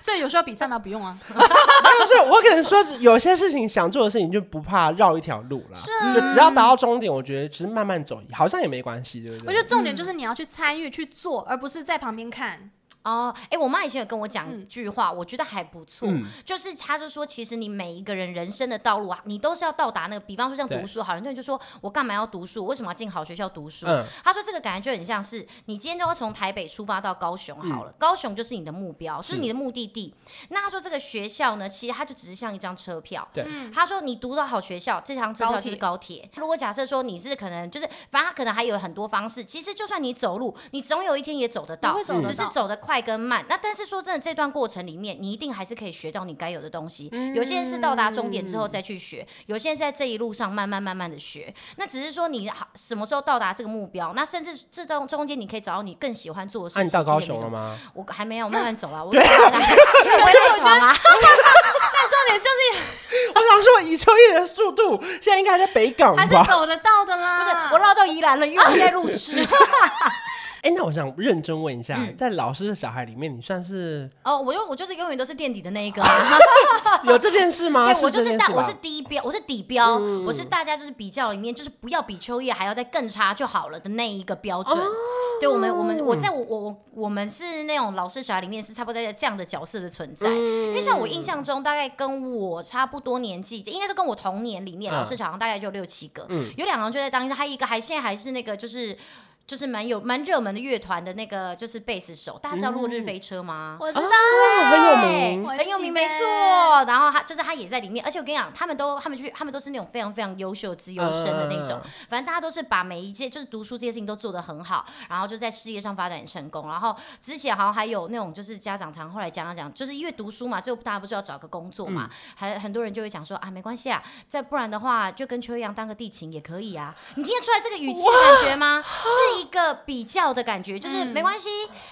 [SPEAKER 3] 所以有时候比赛吗？不用啊。
[SPEAKER 2] 不是，我可能说有些事情想做的事情就不怕绕一条路了，
[SPEAKER 3] 是啊
[SPEAKER 2] 就只要达到终点，我觉得只是慢慢走，好像也没关系，对不
[SPEAKER 3] 我
[SPEAKER 2] 对？
[SPEAKER 3] 觉得重点就是你要去参与、去做，而不是在旁边看。
[SPEAKER 1] 哦，哎、我妈以前有跟我讲一句话，我觉得还不错，
[SPEAKER 2] 嗯
[SPEAKER 1] 就是她就说，其实你每一个人人生的道路啊，你都是要到达那个，比方说像
[SPEAKER 2] 对
[SPEAKER 1] 读书，好，很多人就说我干嘛要读书？为什么要进好学校读书？
[SPEAKER 2] 嗯
[SPEAKER 1] 她说这个感觉就很像是你今天都要从台北出发到高雄好
[SPEAKER 2] 嗯
[SPEAKER 1] 了，高雄就是你的目标，就是你的目的地。那她说这个学校呢，其实它就只是像一张车票，
[SPEAKER 2] 对
[SPEAKER 1] 他说你读到好学校，这趟车票就是嗯高铁。如果假设说你是可能就是，反正他可能还有很多方式。其实就算你走路，你总有一天也走得到，
[SPEAKER 3] 你会
[SPEAKER 2] 嗯
[SPEAKER 3] 走得到
[SPEAKER 1] 只是走得快跟慢。那但是说真的，这段过程里面，你一定还是可以学到你该有的东西。有些人是到达终点之后
[SPEAKER 2] 嗯
[SPEAKER 1] 再去学，有些人在这一路上慢慢慢慢的学。那只是说你好什么时候到达这个目标，那甚至这中中间你可以找到你更喜欢做的事
[SPEAKER 2] 那、
[SPEAKER 1] 情。
[SPEAKER 2] 啊你到高
[SPEAKER 1] 其实也没
[SPEAKER 2] 雄了
[SPEAKER 1] 什么？
[SPEAKER 2] 吗？
[SPEAKER 1] 我还没有，慢慢走 啊，我因为我赖床 啊。嗯
[SPEAKER 3] 但重点就是
[SPEAKER 2] 我想说，以秋叶的速度，现在应该还在北港
[SPEAKER 3] 还
[SPEAKER 2] 吧
[SPEAKER 3] 是？走得到的
[SPEAKER 1] 不是
[SPEAKER 3] 啦。，
[SPEAKER 1] 我绕到宜兰了，因为我现在路痴。
[SPEAKER 2] 哎、那我想认真问一下，在老师的小孩里面，你算是
[SPEAKER 1] 哦，我就我就是永远都是垫底的那一个、啊，
[SPEAKER 2] 有这件事 吗？
[SPEAKER 1] 对我就
[SPEAKER 2] 这
[SPEAKER 1] 是
[SPEAKER 2] 件
[SPEAKER 1] 大
[SPEAKER 2] 事吧嗯
[SPEAKER 1] 我是低标，我是底标，我是大家就是比较里面就是不要比秋叶还要再更差就好了的那一个标
[SPEAKER 2] 哦
[SPEAKER 1] 准。对我们我们我在我我我我们是那种老师小孩里面是差不多在这样的角色的存在，
[SPEAKER 2] 嗯
[SPEAKER 1] 因为像我印象中大概跟我差不多年纪，应该是跟我同年里面、
[SPEAKER 2] 嗯
[SPEAKER 1] 老师小孩大概就六七个，有两个人就在当医生，还有一个还现在还是那个就是。就是蛮有蛮热门的乐团的那个就是贝斯手，大家知道落日
[SPEAKER 2] 嗯
[SPEAKER 1] 飞车吗？
[SPEAKER 4] 我知道，
[SPEAKER 1] 啊
[SPEAKER 2] 哦，很有名。
[SPEAKER 1] 很有名，没错。然后他就是他也在里面，而且我跟你讲，他们都他们去，他们都是那种非常非常优秀、资优生的那种。
[SPEAKER 2] 嗯
[SPEAKER 1] 反正大家都是把每一件就是读书这些事情都做得很好，然后就在事业上发展很成功。然后之前好像还有那种就是家长常后来讲讲讲，就是因为读书嘛，最后大家不是要找个工作嘛，
[SPEAKER 3] 嗯
[SPEAKER 1] 还很多人就会讲说啊，没关系啊，再不然的话就跟邱一阳当个地勤也可以啊。你听得出来这个语气的感觉吗？是一个比较的感觉，
[SPEAKER 3] 嗯
[SPEAKER 1] 就是没关系，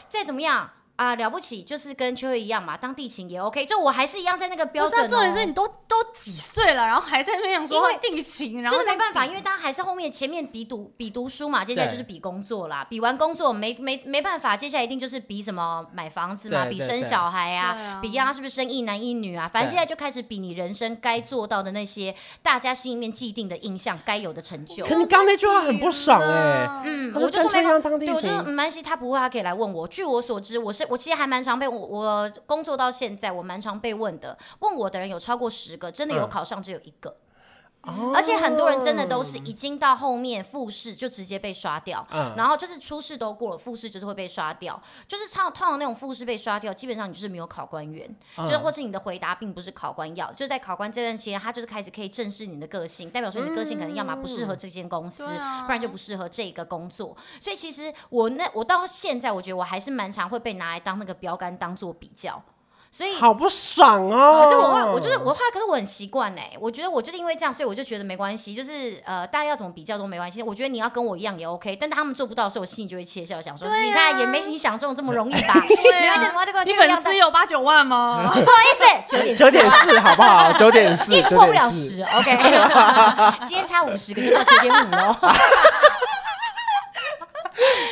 [SPEAKER 1] 再怎么样。啊，了不起，就是跟秋叶一样嘛，当地勤也 OK，就我还是一样在那个标
[SPEAKER 3] 不是啊、
[SPEAKER 1] 准、哦。
[SPEAKER 3] 重点是你都都几岁了，然后还在那边想
[SPEAKER 1] 因
[SPEAKER 3] 说
[SPEAKER 1] 为
[SPEAKER 3] 定情，然后
[SPEAKER 1] 就是
[SPEAKER 3] 在
[SPEAKER 1] 没办法，因为大家还是后面前面比读比读书嘛，接下来
[SPEAKER 2] 对
[SPEAKER 1] 就是比工作啦，比完工作没没没办法，接下来一定就是比什么买房子嘛，
[SPEAKER 2] 对
[SPEAKER 1] 比
[SPEAKER 2] 对
[SPEAKER 1] 生
[SPEAKER 2] 对
[SPEAKER 1] 小孩啊，
[SPEAKER 3] 对啊
[SPEAKER 1] 比呀、是不是生一男一女啊，反正接下来就开始比你人生该做到的那些大家心里面既定的印象，该有的成就。
[SPEAKER 2] 可你刚刚那句话很不爽哎、
[SPEAKER 1] 嗯，
[SPEAKER 2] 他
[SPEAKER 1] 我
[SPEAKER 2] 说
[SPEAKER 1] 就
[SPEAKER 2] 跟
[SPEAKER 1] 说
[SPEAKER 2] 崔
[SPEAKER 1] 没
[SPEAKER 2] 央当地
[SPEAKER 1] 对，我就
[SPEAKER 2] 勤
[SPEAKER 1] 说，没关系，他不会，他可以来问我。据我所知，我是我其实还蛮常被我我工作到现在，我蛮常被问的。问我的人有超过十个，真的有
[SPEAKER 2] 嗯哦
[SPEAKER 1] 考上只有一个。而且很多人真的都是已经到后面复试就直接被刷掉，
[SPEAKER 2] 嗯
[SPEAKER 1] 然后就是初试都过了，复试就是会被刷掉。就是通通常那种复试被刷掉，基本上你就是没有考官员，就是
[SPEAKER 3] 嗯
[SPEAKER 1] 或是你的回答并不是考官要，就在考官这段期间，他就是开始可以正视你的个性，代表说你的个性可能要么不适合这间公司，
[SPEAKER 3] 嗯对啊
[SPEAKER 1] 不然就不适合这个工作。所以其实我那我到现在，我觉得我还是蛮常会被拿来当那个标杆当做比较，所以
[SPEAKER 2] 好不爽哦。
[SPEAKER 1] 可是我后来，我就是我后来，可是我很习惯哎，我觉得我就是因为这样，所以我就觉得没关系，就是呃，大家要怎么比较都没关系。我觉得你要跟我一样也 OK，但他们做不到的时候，我心里就会窃笑，想说、
[SPEAKER 3] 对啊
[SPEAKER 1] 你看也没你想中的这么容易吧？
[SPEAKER 3] 对
[SPEAKER 1] 没
[SPEAKER 3] 啊
[SPEAKER 1] 关系，我这个
[SPEAKER 3] 你
[SPEAKER 1] 就一
[SPEAKER 3] 粉
[SPEAKER 1] 样
[SPEAKER 3] 丝
[SPEAKER 1] 的
[SPEAKER 3] 有八九万吗？
[SPEAKER 1] 不好意思，九点
[SPEAKER 2] 九点四好 不好？九点四，
[SPEAKER 1] 一直
[SPEAKER 2] 九
[SPEAKER 1] 破不
[SPEAKER 2] 点
[SPEAKER 1] 了
[SPEAKER 2] 四。
[SPEAKER 1] 十，OK，今天差五十个就到九点五喽。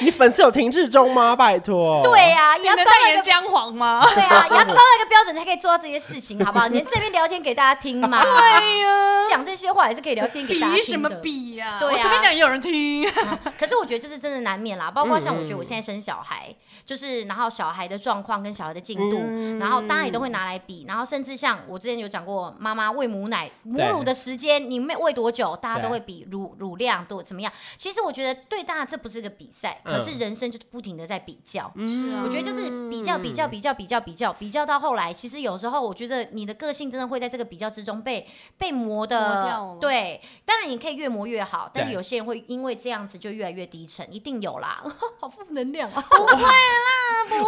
[SPEAKER 2] 你粉丝有停滞中吗？拜 托。
[SPEAKER 1] 对呀、也
[SPEAKER 3] 哦你
[SPEAKER 1] 要
[SPEAKER 3] 能
[SPEAKER 1] 高到
[SPEAKER 3] 代
[SPEAKER 1] 一
[SPEAKER 3] 言
[SPEAKER 1] 个。
[SPEAKER 3] 姜黄吗？
[SPEAKER 1] 对 啊，也要高到一个标准才可以做到这些事情，好不好？你这边聊天给大家听 嘛，
[SPEAKER 3] 对呀，
[SPEAKER 1] 讲这些话也是可以聊天给大 家听
[SPEAKER 3] 比
[SPEAKER 1] 的。
[SPEAKER 3] 什么比呀？
[SPEAKER 1] 对啊
[SPEAKER 3] 我随便讲也有人听。
[SPEAKER 1] 可是我觉得就是真的难免啦，包括像我觉得我现在生小孩，就是然后小孩的状况跟小孩的进度，然后大家也都会拿来比，然后甚至像我之前有讲过，妈妈喂母奶母乳的时间，你喂喂多久，大家都会比乳乳量多怎么样。其实我觉得对大家这不是一个比赛，
[SPEAKER 2] 嗯
[SPEAKER 1] 可是人生就是不停的在比较。
[SPEAKER 3] 是啊
[SPEAKER 1] 我觉得就是比较比较
[SPEAKER 3] 嗯
[SPEAKER 1] 比较比较比较比较到后来，其实有时候我觉得你的个性真的会在这个比较之中被被磨
[SPEAKER 3] 磨
[SPEAKER 1] 的
[SPEAKER 3] 掉哦了
[SPEAKER 1] 对。当然你可以越磨越好，但是
[SPEAKER 2] 对
[SPEAKER 1] 有些人会因为这样子就越来越低沉，一定有啦。 好负能量啊！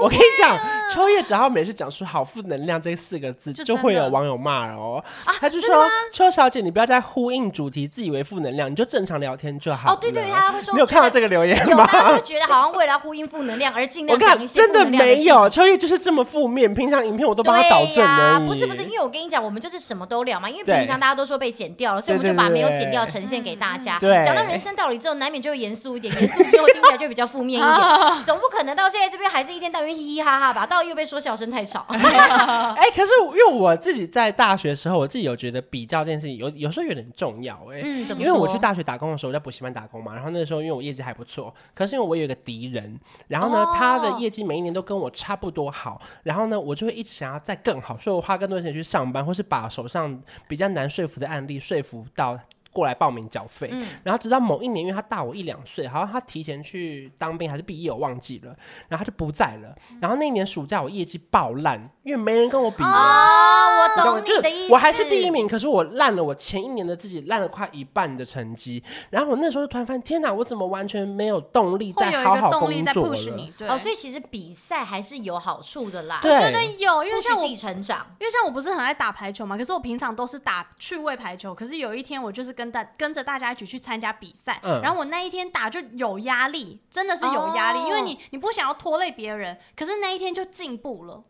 [SPEAKER 2] 我跟你讲，秋叶只要每次讲出“好负能量”这四个字，
[SPEAKER 3] 就
[SPEAKER 2] 就
[SPEAKER 3] 真的
[SPEAKER 2] 会有网友骂了哦。
[SPEAKER 1] 啊
[SPEAKER 2] 他就说：“秋小姐，你不要再呼应主题，自以为负能量，你就正常聊天就好。”
[SPEAKER 1] 哦，对对，他会说
[SPEAKER 2] 你有看到这
[SPEAKER 1] 个
[SPEAKER 2] 个留言
[SPEAKER 1] 有
[SPEAKER 2] 吗？
[SPEAKER 1] 大家就觉得好像为了要呼应负能量而尽
[SPEAKER 2] 我
[SPEAKER 1] 量
[SPEAKER 2] 看
[SPEAKER 1] 讲一些
[SPEAKER 2] 真的
[SPEAKER 1] 负能量
[SPEAKER 2] 没有，
[SPEAKER 1] 事情。
[SPEAKER 2] 秋叶就是这么负面。平常影片我都帮他导
[SPEAKER 1] 对
[SPEAKER 2] 正
[SPEAKER 1] 呀、
[SPEAKER 2] 而已。
[SPEAKER 1] 不是不是，因为我跟你讲，我们就是什么都聊嘛，因为
[SPEAKER 2] 对
[SPEAKER 1] 平常大家都说被剪掉了，所以我们
[SPEAKER 2] 对
[SPEAKER 1] 就
[SPEAKER 2] 对
[SPEAKER 1] 把
[SPEAKER 2] 对
[SPEAKER 1] 没有
[SPEAKER 2] 对
[SPEAKER 1] 剪掉呈现给大家。
[SPEAKER 2] 对
[SPEAKER 1] 讲到人生道理之后，难免就会严肃一点，严肃之后听起来就比较负 面一
[SPEAKER 2] 啊
[SPEAKER 1] 点，总不可能到现在这边还是一天到晚嘻嘻哈哈吧？到又被说笑声太 吵。
[SPEAKER 2] 哎、可是因为我自己在大学时候，我自己有觉得比较这件事情有有时候有点重要哎、
[SPEAKER 1] 嗯怎么
[SPEAKER 2] 因为我
[SPEAKER 1] 说
[SPEAKER 2] 去大学打工的时候，我在补习班打工嘛，然后那时候因为我业绩还不错，可是因为我有一个敌人，然后呢、
[SPEAKER 1] 哦
[SPEAKER 2] 他的业绩每一年都跟我差不多好，然后呢我就会一直想要再更好，所以我花更多时间去上班，或是把手上比较难说服的案例说服到。过来报名缴费，
[SPEAKER 1] 嗯
[SPEAKER 2] 然后直到某一年，因为他大我一两岁，好像他提前去当兵还是毕业，我忘记了，然后他就不在了。然后那一年暑假我业绩爆烂，因为没人跟我比了。啊
[SPEAKER 1] 哦，我
[SPEAKER 2] 你
[SPEAKER 1] 懂
[SPEAKER 2] 吗
[SPEAKER 1] 你的意思。
[SPEAKER 2] 我还是第一。名，可是我烂了我前一年的自己，烂了快一半的成绩。然后我那时候就突然发现，天哪，我怎么完全没有动力
[SPEAKER 3] 会有
[SPEAKER 2] 再
[SPEAKER 3] 一
[SPEAKER 2] 好
[SPEAKER 3] 个
[SPEAKER 2] 好
[SPEAKER 3] 动
[SPEAKER 2] 工
[SPEAKER 3] 力在
[SPEAKER 2] 作
[SPEAKER 3] push
[SPEAKER 2] 了
[SPEAKER 3] 你？，对，
[SPEAKER 1] 哦，所以其实比赛还是有好处的啦，
[SPEAKER 2] 对啊
[SPEAKER 3] 我觉得有，因为
[SPEAKER 1] 不
[SPEAKER 3] 像
[SPEAKER 1] 许
[SPEAKER 3] 我
[SPEAKER 1] 自己成长。
[SPEAKER 3] 因为像我不是很爱打排球嘛，可是我平常都是打趣味排球。可是有一天我就是跟大跟着大家一起去参加比赛，
[SPEAKER 2] 嗯
[SPEAKER 3] 然后我那一天打就有压力，真的是有压力，
[SPEAKER 1] 哦
[SPEAKER 3] 因为你你不想要拖累别人，可是那一天就进步了。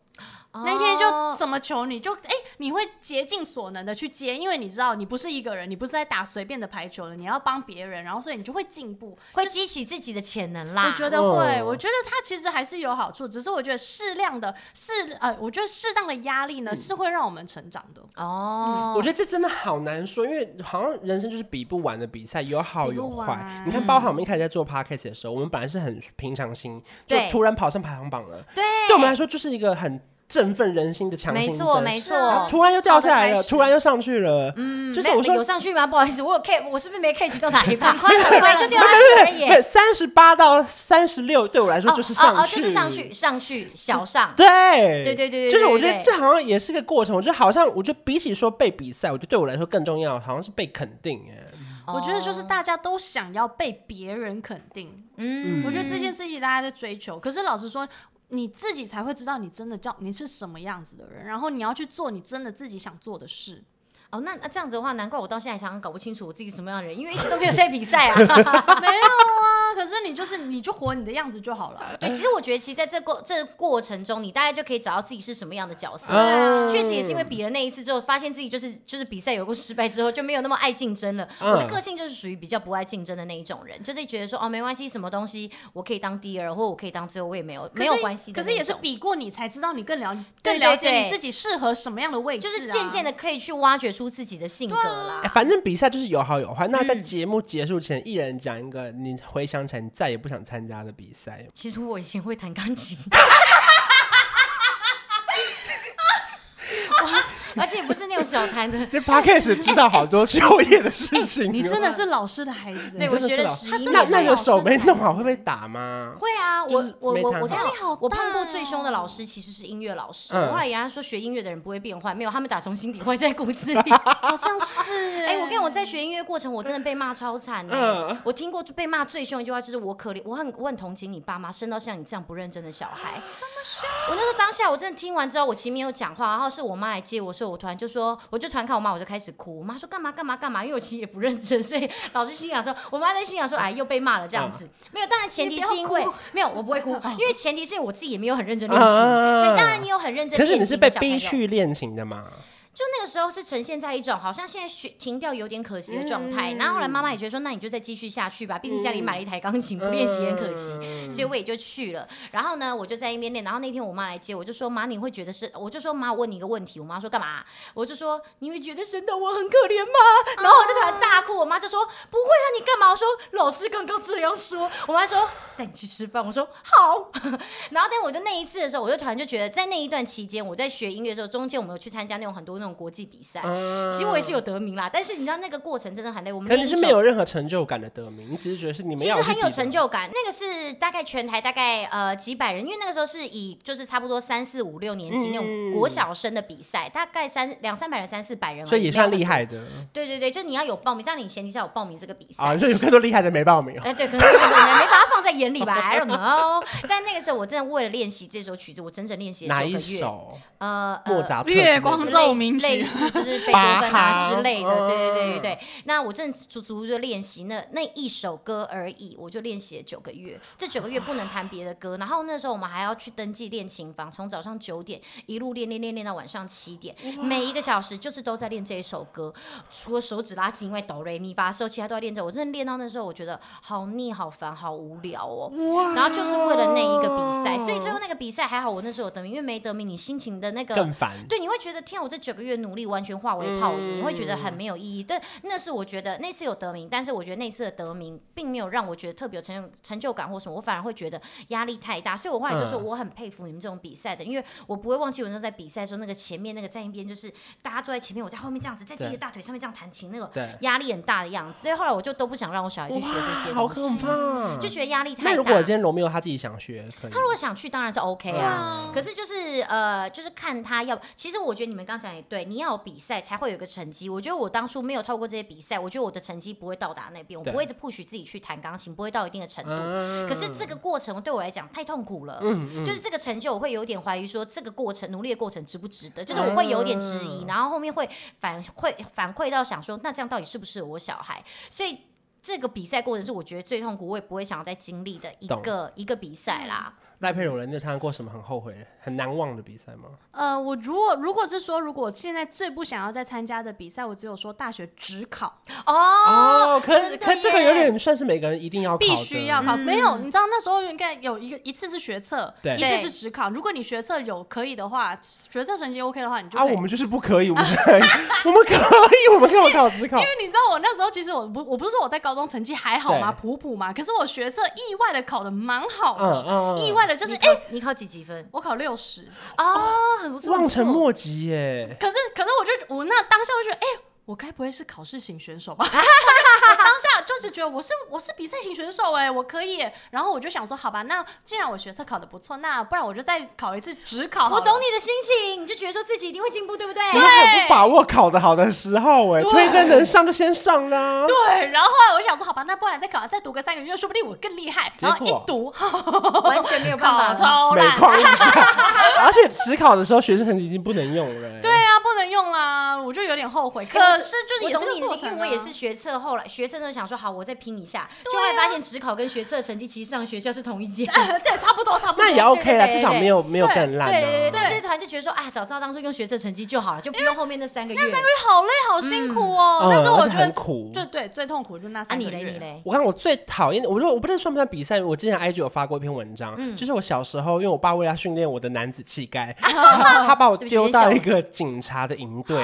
[SPEAKER 3] 那一天就
[SPEAKER 1] 哦
[SPEAKER 3] 什么球你就哎、你会竭尽所能的去接，因为你知道你不是一个人，你不是在打随便的排球了，你要帮别人，然后所以你就会进步。
[SPEAKER 1] 会激起自己的潜能啦。
[SPEAKER 3] 我觉得会，
[SPEAKER 2] 哦
[SPEAKER 3] 我觉得它其实还是有好处，只是我觉得适量的适呃，我觉得适当的压力
[SPEAKER 1] 嗯
[SPEAKER 3] 呢是会让我们成长的。
[SPEAKER 1] 哦，
[SPEAKER 2] 我觉得这真的好难说，因为好像人生就是比不完的比赛，有好有
[SPEAKER 3] 比不
[SPEAKER 2] 坏
[SPEAKER 3] 完。
[SPEAKER 2] 你看，包含我们一开始在做 podcast 的时候，我们本来是很平常心，就
[SPEAKER 1] 对
[SPEAKER 2] 突然跑上排行榜了。
[SPEAKER 1] 对，
[SPEAKER 2] 对我们来说，就是一个很振奋人心的强
[SPEAKER 1] 没
[SPEAKER 2] 竞
[SPEAKER 1] 错
[SPEAKER 2] 争，
[SPEAKER 1] 没
[SPEAKER 3] 是啊
[SPEAKER 1] 错，
[SPEAKER 2] 突然又掉下来
[SPEAKER 1] 好的开
[SPEAKER 2] 了，
[SPEAKER 1] 始
[SPEAKER 2] 突然又上去了，嗯，就是
[SPEAKER 1] 没
[SPEAKER 2] 我说
[SPEAKER 1] 有上去吗？不好意思，我有 catch，我是不是没 catch 到哪 一趴？
[SPEAKER 3] 快很快
[SPEAKER 1] 就掉下去而已。
[SPEAKER 2] 对，三十八到三十六对我来说
[SPEAKER 1] 哦
[SPEAKER 2] 就是
[SPEAKER 1] 哦
[SPEAKER 2] 上
[SPEAKER 1] 哦，
[SPEAKER 2] 去，
[SPEAKER 1] 就是上去上去小上，
[SPEAKER 2] 对，
[SPEAKER 1] 对对对对
[SPEAKER 2] 就是我
[SPEAKER 1] 对
[SPEAKER 2] 觉
[SPEAKER 1] 对
[SPEAKER 2] 得这好像也是个过程。我觉得好像，我觉得比起说被比赛，我觉得对我来说更重要，好像是被肯定。哎，
[SPEAKER 3] 我觉得就是
[SPEAKER 1] 哦
[SPEAKER 3] 大家都想要被别人肯定，
[SPEAKER 1] 嗯
[SPEAKER 3] 我觉得这件事情大家在追求。可是老实说，你自己才会知道你真的叫你是什么样子的人，然后你要去做你真的自己想做的事。
[SPEAKER 1] 哦，那那这样子的话，难怪我到现在常常搞不清楚我自己什么样的人，因为一直都没有在比赛啊。
[SPEAKER 3] 没有啊，可是你就是你就活你的样子就好了。
[SPEAKER 1] 对，其实我觉得，其实在这过这过程中，你大概就可以找到自己是什么样的角色。
[SPEAKER 2] 啊
[SPEAKER 1] 确实也是因为比了那一次之后，发现自己就是就是比赛有过失败之后，就没有那么爱竞争了。我的
[SPEAKER 2] 嗯
[SPEAKER 1] 个性就是属于比较不爱竞争的那一种人，就是觉得说哦没关系，什么东西我可以当第二，或我可以当最后，我也没有没有关系的
[SPEAKER 3] 可
[SPEAKER 1] 那
[SPEAKER 3] 是也是
[SPEAKER 1] 种
[SPEAKER 3] 比过你才知道你更了
[SPEAKER 1] 对
[SPEAKER 3] 更了
[SPEAKER 1] 对
[SPEAKER 3] 解
[SPEAKER 1] 对
[SPEAKER 3] 你自己适合什么样的位置、
[SPEAKER 1] 就
[SPEAKER 3] 啊，
[SPEAKER 1] 是渐渐的可以去挖掘出自己的性格啦。
[SPEAKER 2] 哎反正比赛就是有好有坏。那在
[SPEAKER 1] 嗯
[SPEAKER 2] 节目结束前，一人讲一个你回想起来你再也不想参加的比赛。
[SPEAKER 1] 其实我以前会弹钢琴， 而且不是那种小弹的。
[SPEAKER 2] 这 podcast 知道好多就业的事
[SPEAKER 1] 哎
[SPEAKER 2] 情哦，
[SPEAKER 3] 你真的是老师的孩子，
[SPEAKER 1] 对
[SPEAKER 2] 真的
[SPEAKER 1] 我学
[SPEAKER 2] 是
[SPEAKER 1] 了
[SPEAKER 2] 老
[SPEAKER 1] 11年
[SPEAKER 2] 那
[SPEAKER 1] 的
[SPEAKER 2] 那个
[SPEAKER 3] 老师
[SPEAKER 2] 手没
[SPEAKER 3] 呢
[SPEAKER 2] 弄好会被打吗？
[SPEAKER 1] 会啊，
[SPEAKER 2] 嗯就
[SPEAKER 1] 我
[SPEAKER 2] 是
[SPEAKER 1] 我
[SPEAKER 2] 没
[SPEAKER 1] 我
[SPEAKER 2] 弹
[SPEAKER 1] 我
[SPEAKER 2] 好
[SPEAKER 1] 看
[SPEAKER 3] 压力好
[SPEAKER 1] 我
[SPEAKER 3] 大
[SPEAKER 1] 碰过最
[SPEAKER 3] 哦
[SPEAKER 1] 凶的老师其实是音乐老师，
[SPEAKER 2] 嗯
[SPEAKER 1] 后来人家说学音乐的人不会变坏，没有，他们打从心底坏在骨子里。
[SPEAKER 3] 好像是
[SPEAKER 1] 哎、我跟我在学音乐过程，我真的被骂超惨的、
[SPEAKER 2] 嗯
[SPEAKER 1] 我听过被骂最凶一句话就是“我可怜，我很我很同情你爸妈，生到像你这样不认真的小孩。”我那时候当下我真的听完之后，我其实没有讲话，然后是我妈来接我，所以我突然就说，我就突然看我妈，我就开始哭。我妈说干嘛干嘛干嘛，因为我其实也不认真，所以老师心想说，我妈在心想说，哎，又被骂了这样
[SPEAKER 2] 嗯
[SPEAKER 1] 子。没有，当然前提是因为没有，我不会哭，因为前提是我自己也没有很认真练习。
[SPEAKER 2] 啊
[SPEAKER 1] 对，当然你有很认真
[SPEAKER 2] 可
[SPEAKER 1] 练习，
[SPEAKER 2] 是你是被逼。去练琴的嘛？
[SPEAKER 1] 就那个时候是呈现在一种好像现在学停掉有点可惜的状态，然后后来妈妈也觉得说，那你就再继续下去吧，毕竟家里买了一台钢琴，不练习很可惜，所以我也就去了。然后呢，我就在一边练，然后那天我妈来接我，就说妈，你会觉得是？我就说妈，我问你一个问题，我妈说干嘛？我就说你会觉得生到我很可怜吗？然后我就突然大哭，我妈就说不会啊，你干嘛？我说老师刚刚这样说，我妈说带你去吃饭，我说好。 然后，但我就那一次的时候，我就突然就觉得，在那一段期间，我在学音乐的时候，中间我们有去参加那种很多那种国际比赛，其实我也是有得名啦。但是你知道那个过程真的很累，我们
[SPEAKER 2] 可是
[SPEAKER 1] 练
[SPEAKER 2] 你
[SPEAKER 1] 一
[SPEAKER 2] 是
[SPEAKER 1] 首
[SPEAKER 2] 没有任何成就感的得名，你只是觉得是你们
[SPEAKER 1] 其
[SPEAKER 2] 要
[SPEAKER 1] 实
[SPEAKER 2] 去
[SPEAKER 1] 很有
[SPEAKER 2] 比的
[SPEAKER 1] 成就感。那个是大概全台大概呃几百人，因为那个时候是以就是差不多三四五六年级那种国小生的比赛，大概三两三百人、三四百人而已，
[SPEAKER 2] 所以也算
[SPEAKER 1] 没有
[SPEAKER 2] 厉害的
[SPEAKER 1] 对对对，就你要有报名，但你前提是要有报名这个比赛。
[SPEAKER 2] 啊！所以有更多厉害的没报名哦。
[SPEAKER 1] 哎、对，可能可能没把它放在眼里吧，I don't know。但那个时候，我真的为了练习这首曲子，我整整练习了
[SPEAKER 2] 哪
[SPEAKER 1] 九
[SPEAKER 2] 一
[SPEAKER 1] 个月。
[SPEAKER 2] 首？
[SPEAKER 1] 呃，呃
[SPEAKER 2] 莫扎特之类的？
[SPEAKER 3] 月光奏鸣
[SPEAKER 1] 类
[SPEAKER 3] 曲，
[SPEAKER 1] 似 就是贝多
[SPEAKER 2] 巴
[SPEAKER 1] 芬啊
[SPEAKER 2] 哈
[SPEAKER 1] 之类的，对对对对
[SPEAKER 2] 嗯
[SPEAKER 1] 对。那我正足足就练习那那一首歌而已，我就练习了九个月，这九个月不能弹别的歌。然后那时候我们还要去登记练琴房，从早上九点一路练练练练到晚上七点，每一个小时就是都在练这一首歌，除了手指拉琴以外，哆来咪发嗦，其他都在练这个。我真的练到那时候，我觉得好腻、好烦、好无聊哦。然后就是为了那一个比赛，所以最后那个比赛还好，我那时候有得名，因为没得名，你心情的那个
[SPEAKER 2] 更烦。
[SPEAKER 1] 对，你会觉得天啊，我这九个月努力完全化为泡
[SPEAKER 2] 嗯
[SPEAKER 1] 影，你会觉得很没有意义。但那是我觉得那次有得名，但是我觉得那次的得名并没有让我觉得特别有成就成就感或什么，我反而会觉得压力太大。所以我后来就说
[SPEAKER 2] 嗯
[SPEAKER 1] 我很佩服你们这种比赛的，因为我不会忘记我那时候在比赛的时候，那个前面那个站一边就是大家坐在前面，我在后面这样子，在自己的
[SPEAKER 2] 对
[SPEAKER 1] 大腿上面这样弹琴，那个
[SPEAKER 2] 对，
[SPEAKER 1] 压力很大的样子。所以后来我就都不想让我小孩去学这些
[SPEAKER 2] 好
[SPEAKER 1] 东
[SPEAKER 2] 可
[SPEAKER 1] 西，
[SPEAKER 2] 怕。
[SPEAKER 1] 就觉得压力太大。
[SPEAKER 2] 那如果今天罗密欧他自己想学，可以吗？
[SPEAKER 1] 他如果想去，当然是 OK
[SPEAKER 2] 对
[SPEAKER 1] 啊。
[SPEAKER 2] 啊
[SPEAKER 1] 可是就是呃，就是看他要。其实我觉得你们刚讲也对，你要有比赛才会有一个成绩。我觉得我当初没有透过这些比赛，我觉得我的成绩不会到达那边，我
[SPEAKER 2] 对
[SPEAKER 1] 不会一直 push 自己去弹钢琴，不会到一定的程度。
[SPEAKER 2] 嗯
[SPEAKER 1] 可是这个过程对我来讲太痛苦了，就是这个成就我会有点怀疑，说这个过程努力的过程值不值得，就是
[SPEAKER 2] 嗯
[SPEAKER 1] 我会有点质疑，然后后面会反馈反馈到想说，那这样到底适不适合我小孩？所以这个比赛过程是我觉得最痛苦，我也不会想要再经历的一
[SPEAKER 2] 懂
[SPEAKER 1] 个一个比赛啦。
[SPEAKER 2] 赖佩荣人，你有参加过什么很后悔、很难忘的比赛吗？
[SPEAKER 3] 呃，我如果如果是说，如果现在最不想要再参加的比赛，我只有说大学只考
[SPEAKER 1] 哦，
[SPEAKER 2] 可
[SPEAKER 1] 真的
[SPEAKER 2] 可这个
[SPEAKER 1] 耶
[SPEAKER 2] 有点算是每个人一定要考的
[SPEAKER 3] 必须要考，没有，你知道那时候应该有一个一次是学测，
[SPEAKER 2] 对
[SPEAKER 3] 一次是只考。如果你学测有可以的话，学测成绩 OK 的话，你就
[SPEAKER 2] 啊，
[SPEAKER 3] 可以
[SPEAKER 2] 我们就是不可以，我们我们可以，我们可以考只考
[SPEAKER 3] 因为你知道我那时候其实我不我不是说我在高高中成绩还好嘛，
[SPEAKER 2] 对
[SPEAKER 3] 普普嘛，可是我学测意外的考的蛮好的，
[SPEAKER 2] 嗯嗯，
[SPEAKER 3] 意外的就是
[SPEAKER 1] 你
[SPEAKER 3] 哎、
[SPEAKER 1] 考你考几几分？
[SPEAKER 3] 我考六十，
[SPEAKER 1] 哦，很不错，
[SPEAKER 2] 望
[SPEAKER 1] 不
[SPEAKER 2] 尘
[SPEAKER 1] 错
[SPEAKER 2] 莫及耶。
[SPEAKER 3] 可是可是我就我那当下就觉得，哎、我该不会是考试型选手吧？ 我当下就是觉得我是我是比赛型选手哎、我可以耶。然后我就想说，好吧，那既然我学测考的不错，那不然我就再考一次职考好了。
[SPEAKER 1] 我懂你的心情，你就觉得说自己一定会进步，对不对？
[SPEAKER 2] 你们很不把握考得好的时候哎，
[SPEAKER 3] 对
[SPEAKER 2] 推甄能上就先上啦。
[SPEAKER 3] 对，然后后来我想说，好吧，那不然再考，再读个三个月，说不定我更厉害。
[SPEAKER 2] 结
[SPEAKER 3] 然
[SPEAKER 2] 果
[SPEAKER 3] 后一读，
[SPEAKER 1] 完全没有办法
[SPEAKER 3] 考
[SPEAKER 1] 了
[SPEAKER 3] 超
[SPEAKER 2] 每
[SPEAKER 3] 烂。
[SPEAKER 2] 况愈下， 而且只考的时候学生成绩已经不能用了。欸
[SPEAKER 3] 对，啊，不能用啦，我就有点后悔。可是就是
[SPEAKER 1] 我
[SPEAKER 3] 也
[SPEAKER 1] 懂
[SPEAKER 3] 是 个
[SPEAKER 1] 你的
[SPEAKER 3] 过
[SPEAKER 1] 心，
[SPEAKER 3] 程、
[SPEAKER 1] 因
[SPEAKER 3] 啊，
[SPEAKER 1] 为我也是学测，后来学测呢想说好，我再拼一下，就会发现职考跟学测成绩其实上学校是同一 间。
[SPEAKER 3] 对，差不多，差不多。
[SPEAKER 2] 那也 OK 啦，
[SPEAKER 1] 对对对
[SPEAKER 2] 至少没有没有
[SPEAKER 3] 对
[SPEAKER 2] 更烂啊。
[SPEAKER 1] 对对对
[SPEAKER 3] 对
[SPEAKER 1] 对，这团就觉得说，哎，早知道当初用学测成绩就好了，就不用后面那三个月。
[SPEAKER 3] 对好累，好辛苦哦。
[SPEAKER 2] 嗯
[SPEAKER 3] 但是我
[SPEAKER 2] 而且
[SPEAKER 3] 觉得
[SPEAKER 2] 很苦
[SPEAKER 3] 就对，最痛苦就那
[SPEAKER 1] 啊，
[SPEAKER 3] 三个
[SPEAKER 1] 你
[SPEAKER 3] 月。
[SPEAKER 1] 嘞，你嘞，
[SPEAKER 2] 我看我最讨厌的，我说我不知道算不算比赛。我之前 IG 有发过一篇文章，就是我小时候，因为我爸为了要训练我的男子气概，他他把我
[SPEAKER 1] 对不起
[SPEAKER 2] 丢
[SPEAKER 1] 你笑
[SPEAKER 2] 到
[SPEAKER 1] 了
[SPEAKER 2] 一个警察的营队，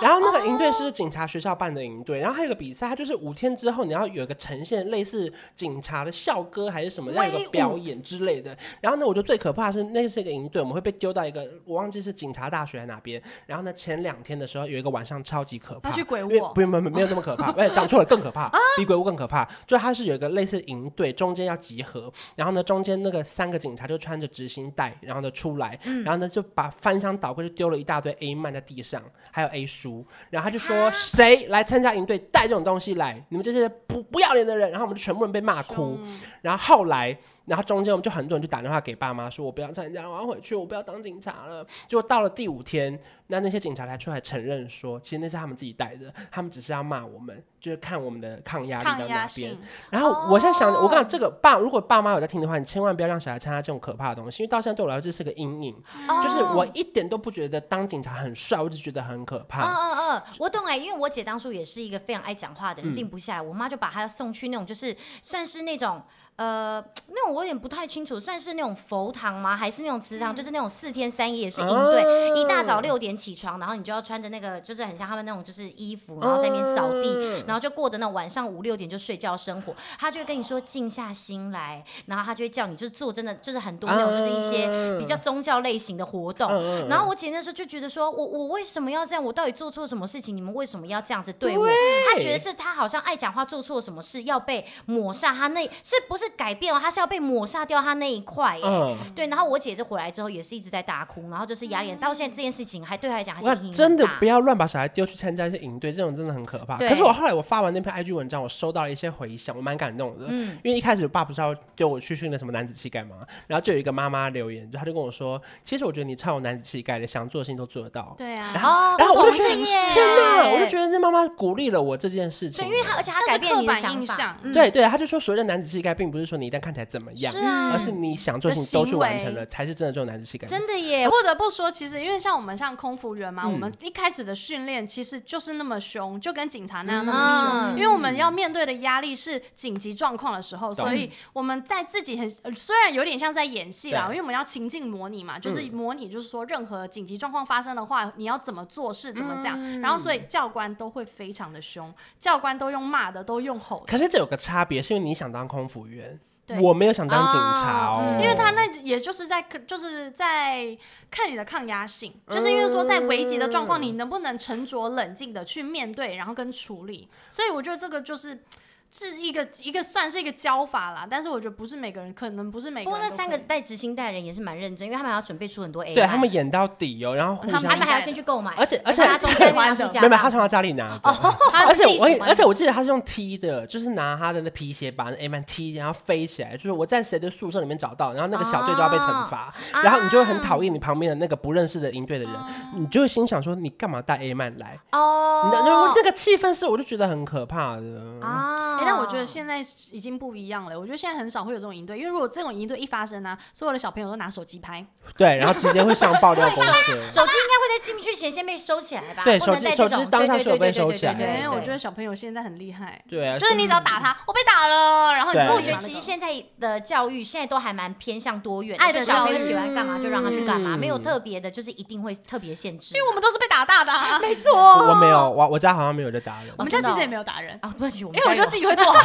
[SPEAKER 2] 然后那个营队是警察学校办的营队，然后还有个比赛，它就是五天之后你要有一个呈现类似警察的校歌还是什么样一个表演之类的。然后呢，我觉得最可怕的是那是一个营队，我们会被丢到一个我忘记是警察大学还哪边。然后呢，前两天的时候有一个晚上超级可怕，
[SPEAKER 3] 他去鬼屋啊
[SPEAKER 2] 因为
[SPEAKER 3] 哦
[SPEAKER 2] 不没有没有没有那么可 怕，哎，讲错了更可怕，比鬼屋更可怕。就它是有一个类似营队，中间要集合，然后呢，中间那个三个警察就穿着执行带，然后呢出来，
[SPEAKER 3] 嗯
[SPEAKER 2] 然后呢就把翻箱倒柜就丢了一大堆 A 漫在地上，还有 A 书，然后他就
[SPEAKER 3] 啊
[SPEAKER 2] 说谁来参加营队带这种东西来，你们这些不不要脸的人，然后我们就全部人被骂哭。然后后来，然后中间我们就很多人就打电话给爸妈说，我不要参加，我要回去，我不要当警察了。结果到了第五天，那那些警察才出来承认说，其实那是他们自己带的，他们只是要骂我们，就是看我们的抗压力到
[SPEAKER 3] 抗压
[SPEAKER 2] 哪边
[SPEAKER 3] 性。，哦
[SPEAKER 2] 然后我现在想，我跟你讲，这个爸如果爸妈有在听的话，你千万不要让小孩参加这种可怕的东西，因为到现在对我来说这是个阴影，
[SPEAKER 3] 哦
[SPEAKER 2] 就是我一点都不觉得当警察很帅，我只觉得很可
[SPEAKER 1] 嗯
[SPEAKER 3] 哦
[SPEAKER 2] 怕。
[SPEAKER 1] 嗯嗯，我懂哎、因为我姐当初也是一个非常爱讲话的人，定不下来。我妈就把她送去那种，就是算是那种呃，那种我有点不太清楚，算是那种佛堂吗？还是那种祠堂？就是那种四天三夜是应对，
[SPEAKER 2] 哦
[SPEAKER 1] 一大早六点起床，然后你就要穿着那个，就是很像他们那种就是衣服，然后在那边扫地，然后就过着那种晚上五六点就睡觉生活。她就会跟你说静下心来，然后她就会叫你就是做真的就是很多那种就是一些比较宗教类型的活
[SPEAKER 2] 嗯
[SPEAKER 1] 动。然后我姐那时候就觉得说，我我为什么要这样？我到底做错什么事情？你们为什么要这样子对我？她觉得是她好像爱讲话，做错什么事要被抹杀，她那是不是改变哦？她是要被抹杀掉她那一块耶。
[SPEAKER 2] 嗯，
[SPEAKER 1] 对，然后我姐这回来之后也是一直在大哭，然后就是压力很大到现在这件事情还对她来讲还是
[SPEAKER 2] 我
[SPEAKER 1] 阴影很
[SPEAKER 2] 真的
[SPEAKER 1] 大
[SPEAKER 2] 不要乱把小孩丢去参加一些营队，这种真的很可怕。
[SPEAKER 1] 对
[SPEAKER 2] 可是我后来我发完那篇 IG 文章，我收到了一些回响，我蛮感动的。
[SPEAKER 1] 嗯
[SPEAKER 2] 因为一开始我爸不是要丢我去训练什么男子气概嘛，然后就有一个妈妈留言，就她就跟我说，其实我觉得你超有男子气概的，想做的事情都做得到。
[SPEAKER 3] 对啊，
[SPEAKER 2] 然
[SPEAKER 1] 哦
[SPEAKER 2] 后，然后我就
[SPEAKER 1] 懂
[SPEAKER 2] 觉得
[SPEAKER 1] 了耶
[SPEAKER 2] 天哪，我就觉得那妈妈鼓励了我这件事情。
[SPEAKER 1] 对，因为她而且她
[SPEAKER 3] 但
[SPEAKER 1] 改
[SPEAKER 3] 是
[SPEAKER 1] 变
[SPEAKER 3] 刻
[SPEAKER 1] 你的
[SPEAKER 3] 板
[SPEAKER 1] 想
[SPEAKER 3] 印
[SPEAKER 1] 法嗯
[SPEAKER 3] 象，，
[SPEAKER 2] 对对，他就说所谓的男子气概，并不是说你一旦看起来怎么样，
[SPEAKER 3] 是啊
[SPEAKER 2] 而是你想做的事情都去完成了，才是真的这种男子气概。
[SPEAKER 1] 真的耶
[SPEAKER 3] 也。不得不说，其实因为像我们像空服员嘛，我
[SPEAKER 1] 嗯
[SPEAKER 3] 们一开始的训练其实就是那么凶，就跟警察那样那么凶，
[SPEAKER 1] 嗯
[SPEAKER 3] 因为我们要面对的压力是紧急状况的时候，所以我们在自己很呃虽然有点像在演戏啦，
[SPEAKER 2] 对
[SPEAKER 3] 因为我们要情境模拟嘛，就是
[SPEAKER 1] 嗯
[SPEAKER 3] 模拟就是说任何紧急状况发生的话，你要怎么做事，怎么这样，
[SPEAKER 1] 嗯
[SPEAKER 3] 然后所以教官都会非常的凶，教官都用骂的，都用吼的，
[SPEAKER 2] 可是这有个差别，是因为你想当空服员
[SPEAKER 3] 对，
[SPEAKER 2] 我没有想当警察哦，
[SPEAKER 3] 因为他那也就是在就是在看你的抗压性，就是因为说
[SPEAKER 2] 嗯
[SPEAKER 3] 在危急的状况，你能不能沉着冷静的去面对，然后跟处理。所以我觉得这个就是是一个一个算是一个教法啦，但是我觉得不是每个人，可能不是每
[SPEAKER 1] 不
[SPEAKER 3] 个
[SPEAKER 1] 过
[SPEAKER 3] 人都可
[SPEAKER 1] 那
[SPEAKER 3] 以。
[SPEAKER 1] 三个带执行带的人也是蛮认真，因为他们还要准备出很多 A，
[SPEAKER 2] 对他们演到底哦，然后互
[SPEAKER 3] 他
[SPEAKER 2] 相
[SPEAKER 3] 们
[SPEAKER 1] 他们还要先去购买，
[SPEAKER 2] 而且而且
[SPEAKER 1] 他从家里拿出家
[SPEAKER 2] 没
[SPEAKER 1] 当，
[SPEAKER 2] 有，没有他从他家里拿的，
[SPEAKER 3] 他
[SPEAKER 2] 而且
[SPEAKER 3] 哦自己
[SPEAKER 2] 我也
[SPEAKER 3] 喜欢
[SPEAKER 2] 而且我记得他是用踢的，就是拿他的那皮鞋把那 A man 踢，然后飞起来，就是我在谁的宿舍里面找到，然后那个小队就要被惩罚，
[SPEAKER 3] 哦
[SPEAKER 1] 啊
[SPEAKER 2] 然后你就会很讨厌你旁边的那个不认识的营队的人，你就会心想说你干嘛带 A man 来？
[SPEAKER 1] 哦
[SPEAKER 2] 你，知道那那个气氛是我就觉得很可怕的。
[SPEAKER 1] 啊
[SPEAKER 3] 哎、但我觉
[SPEAKER 2] 嗯
[SPEAKER 3] 得现在已经不一样了。我觉得现在很少会有这种营队，因为如果这种营队一发生呢、啊所有的小朋友都拿手机拍，
[SPEAKER 2] 对，然后直接会上爆料公司。
[SPEAKER 1] 手机应该会在进去前先被收起来吧？
[SPEAKER 2] 对
[SPEAKER 1] 不能
[SPEAKER 2] 手机
[SPEAKER 1] 带这
[SPEAKER 2] 手
[SPEAKER 1] 种
[SPEAKER 2] 机当下是有被收起来的
[SPEAKER 1] 对对对对对对
[SPEAKER 3] 因为
[SPEAKER 1] 对
[SPEAKER 3] 哎我觉得小朋友现在很厉害，
[SPEAKER 2] 对啊，
[SPEAKER 3] 就是你只要打他，我被打了，然后你
[SPEAKER 2] 对
[SPEAKER 3] 就
[SPEAKER 1] 不过
[SPEAKER 3] 立马
[SPEAKER 1] 我觉得
[SPEAKER 3] 那
[SPEAKER 1] 其
[SPEAKER 3] 个
[SPEAKER 1] 实现在的教育现在都还蛮偏向多元，
[SPEAKER 3] 爱的
[SPEAKER 1] 就小朋友
[SPEAKER 3] 教育
[SPEAKER 1] 喜欢干嘛就让他去干
[SPEAKER 2] 嗯
[SPEAKER 1] 嘛，没有特别的，就是一定会特别限制。
[SPEAKER 3] 因为我们都是被打大的、啊，没错。
[SPEAKER 2] 我没有，我我家好像没有在打人。
[SPEAKER 3] 我们
[SPEAKER 1] 哦
[SPEAKER 3] 家
[SPEAKER 1] 真的
[SPEAKER 3] 其
[SPEAKER 1] 哦
[SPEAKER 3] 实也没有打人，
[SPEAKER 1] 啊，对不起，我
[SPEAKER 3] 因
[SPEAKER 1] 们
[SPEAKER 3] 为
[SPEAKER 1] 家
[SPEAKER 3] 我就
[SPEAKER 1] 有
[SPEAKER 3] 自己会
[SPEAKER 1] 会做好。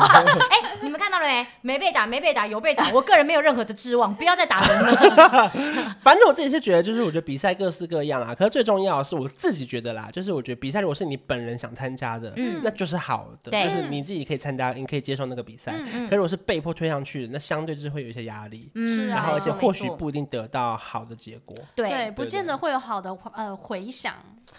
[SPEAKER 1] 哎、你们看到了没？没被打，没被打，有被打。我个人没有任何的指望，不要再打人了。
[SPEAKER 2] 反正我自己是觉得，就是我觉得比赛各式各样啊啦，可是最重要的是我自己觉得啦，就是我觉得比赛如果是你本人想参加的，那就是好的，
[SPEAKER 1] 嗯对嗯
[SPEAKER 2] 就是你自己可以参加，你可以接受那个比赛。可是我是被迫推上去的，那相对就是会有一些压力，嗯
[SPEAKER 3] 是啊
[SPEAKER 2] 然后而且
[SPEAKER 1] 没错
[SPEAKER 2] 或许
[SPEAKER 1] 没错
[SPEAKER 2] 不一定得到好的结果。
[SPEAKER 1] 对，
[SPEAKER 3] 对，不见得会有好的呃回响。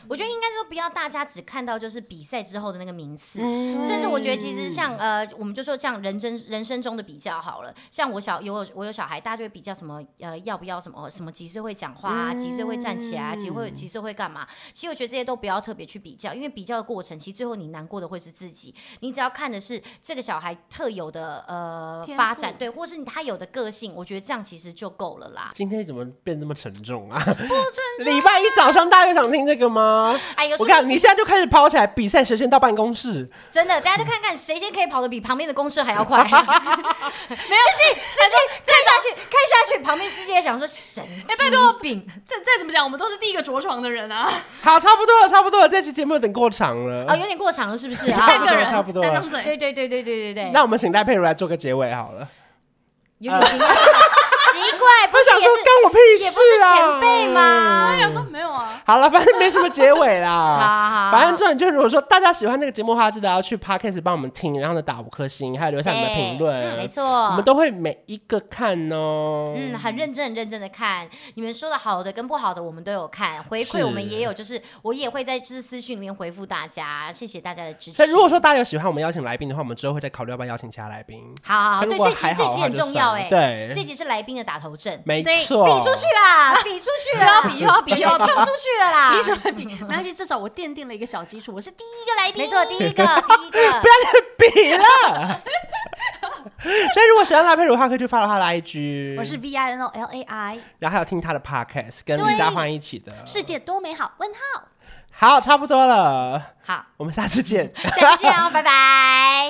[SPEAKER 1] 我觉得应该说不要大家只看到就是比赛之后的那个名次，甚至我觉得其实像呃，我们就说像人生人生中的比较好了，像我小有我我有小孩，大家就会比较什么呃要不要什么什么几岁会讲话啊，几岁会站起来啊，几岁几岁会干嘛？其实我觉得这些都不要特别去比较，因为比较的过程，其实最后你难过的会是自己。你只要看的是这个小孩特有的呃
[SPEAKER 3] 天赋
[SPEAKER 1] 发展，对，或是他有的个性，我觉得这样其实就够了啦。
[SPEAKER 2] 今天怎么变那么沉重啊？礼拜一早上大家有想听这个吗？
[SPEAKER 1] 哎呦，
[SPEAKER 2] 我
[SPEAKER 1] 说不定
[SPEAKER 2] 看你现在就开始抛起来，比赛谁先到办公室？
[SPEAKER 1] 真的，大家就看看谁先可以跑得比旁边的公车还要 快。没有司机，司机开下去，开下去，旁边司机也想说神
[SPEAKER 2] 哎
[SPEAKER 1] 经病。
[SPEAKER 3] 再再怎么讲，我们都是第一个着床的人啊，
[SPEAKER 2] 好，差不多了，差不多了，这期节目有点过长了。
[SPEAKER 1] 哦，有点过长了，是不 是
[SPEAKER 2] 差
[SPEAKER 1] 啊
[SPEAKER 2] 不
[SPEAKER 3] 三
[SPEAKER 2] 多
[SPEAKER 3] 个
[SPEAKER 2] 了，
[SPEAKER 3] 人，
[SPEAKER 2] 差不多
[SPEAKER 3] 三
[SPEAKER 2] 了
[SPEAKER 3] 张。嘴。
[SPEAKER 1] 对对对对对对对，
[SPEAKER 2] 那我们请赖佩如来做个结尾好了。
[SPEAKER 1] 有点 奇怪，奇怪，不
[SPEAKER 2] 我
[SPEAKER 1] 是
[SPEAKER 2] 想
[SPEAKER 1] 也
[SPEAKER 2] 说
[SPEAKER 1] 是
[SPEAKER 2] 关我屁
[SPEAKER 1] 也不
[SPEAKER 2] 事
[SPEAKER 1] 是
[SPEAKER 2] 啊！
[SPEAKER 1] 前辈吗？
[SPEAKER 3] 他想说没有啊，
[SPEAKER 2] 好了，反正没什么结
[SPEAKER 1] 啊
[SPEAKER 2] 尾啦。
[SPEAKER 1] 好好好
[SPEAKER 2] 反正重点就是，如果说大家喜欢这个节目的话，记得要去 podcast 帮我们听，然后呢打五颗星，还有留下你们的评
[SPEAKER 1] 对嗯没
[SPEAKER 2] 论。
[SPEAKER 1] 错，
[SPEAKER 2] 我们都会每一个看哦。
[SPEAKER 1] 嗯，很认真、很认真的看你们说的好的跟不好的，我们都有看回馈，我们也有，就是我也会在就是私讯里面回复大家，谢谢大家的支持。
[SPEAKER 2] 所以如果说大家有喜欢我们邀请来宾的话，我们之后会再考虑要不要邀请其他来宾。
[SPEAKER 1] 好好好，
[SPEAKER 2] 如
[SPEAKER 1] 对，
[SPEAKER 2] 果
[SPEAKER 1] 这集
[SPEAKER 2] 还好
[SPEAKER 1] 这
[SPEAKER 2] 的
[SPEAKER 1] 集
[SPEAKER 2] 话
[SPEAKER 1] 很
[SPEAKER 2] 就
[SPEAKER 1] 重
[SPEAKER 2] 算
[SPEAKER 1] 要
[SPEAKER 2] 了
[SPEAKER 1] 哎，
[SPEAKER 2] 对
[SPEAKER 1] 这集是来宾的打头阵，
[SPEAKER 2] 没
[SPEAKER 3] 对
[SPEAKER 2] 错，
[SPEAKER 1] 比出去啦，比出去
[SPEAKER 3] 又 要
[SPEAKER 1] 了，
[SPEAKER 3] 比又要 比又要比
[SPEAKER 1] 冲，出去了啦
[SPEAKER 3] 比，什么比？没关系，至少我奠定了一个小基础，我是第一个来宾。
[SPEAKER 1] 没错，第一个，第一个，
[SPEAKER 2] 比 了。所以如果喜欢赖佩如的话，可以去 follow 他的 IG，
[SPEAKER 3] 我是 V I N O L A I，
[SPEAKER 2] 然后还有听他的 podcast，跟李佳欢一起的。
[SPEAKER 3] 世界多美好？问号。
[SPEAKER 2] 好，差不多了，
[SPEAKER 1] 好，
[SPEAKER 2] 我们下次见。
[SPEAKER 1] 下次见哦，拜拜。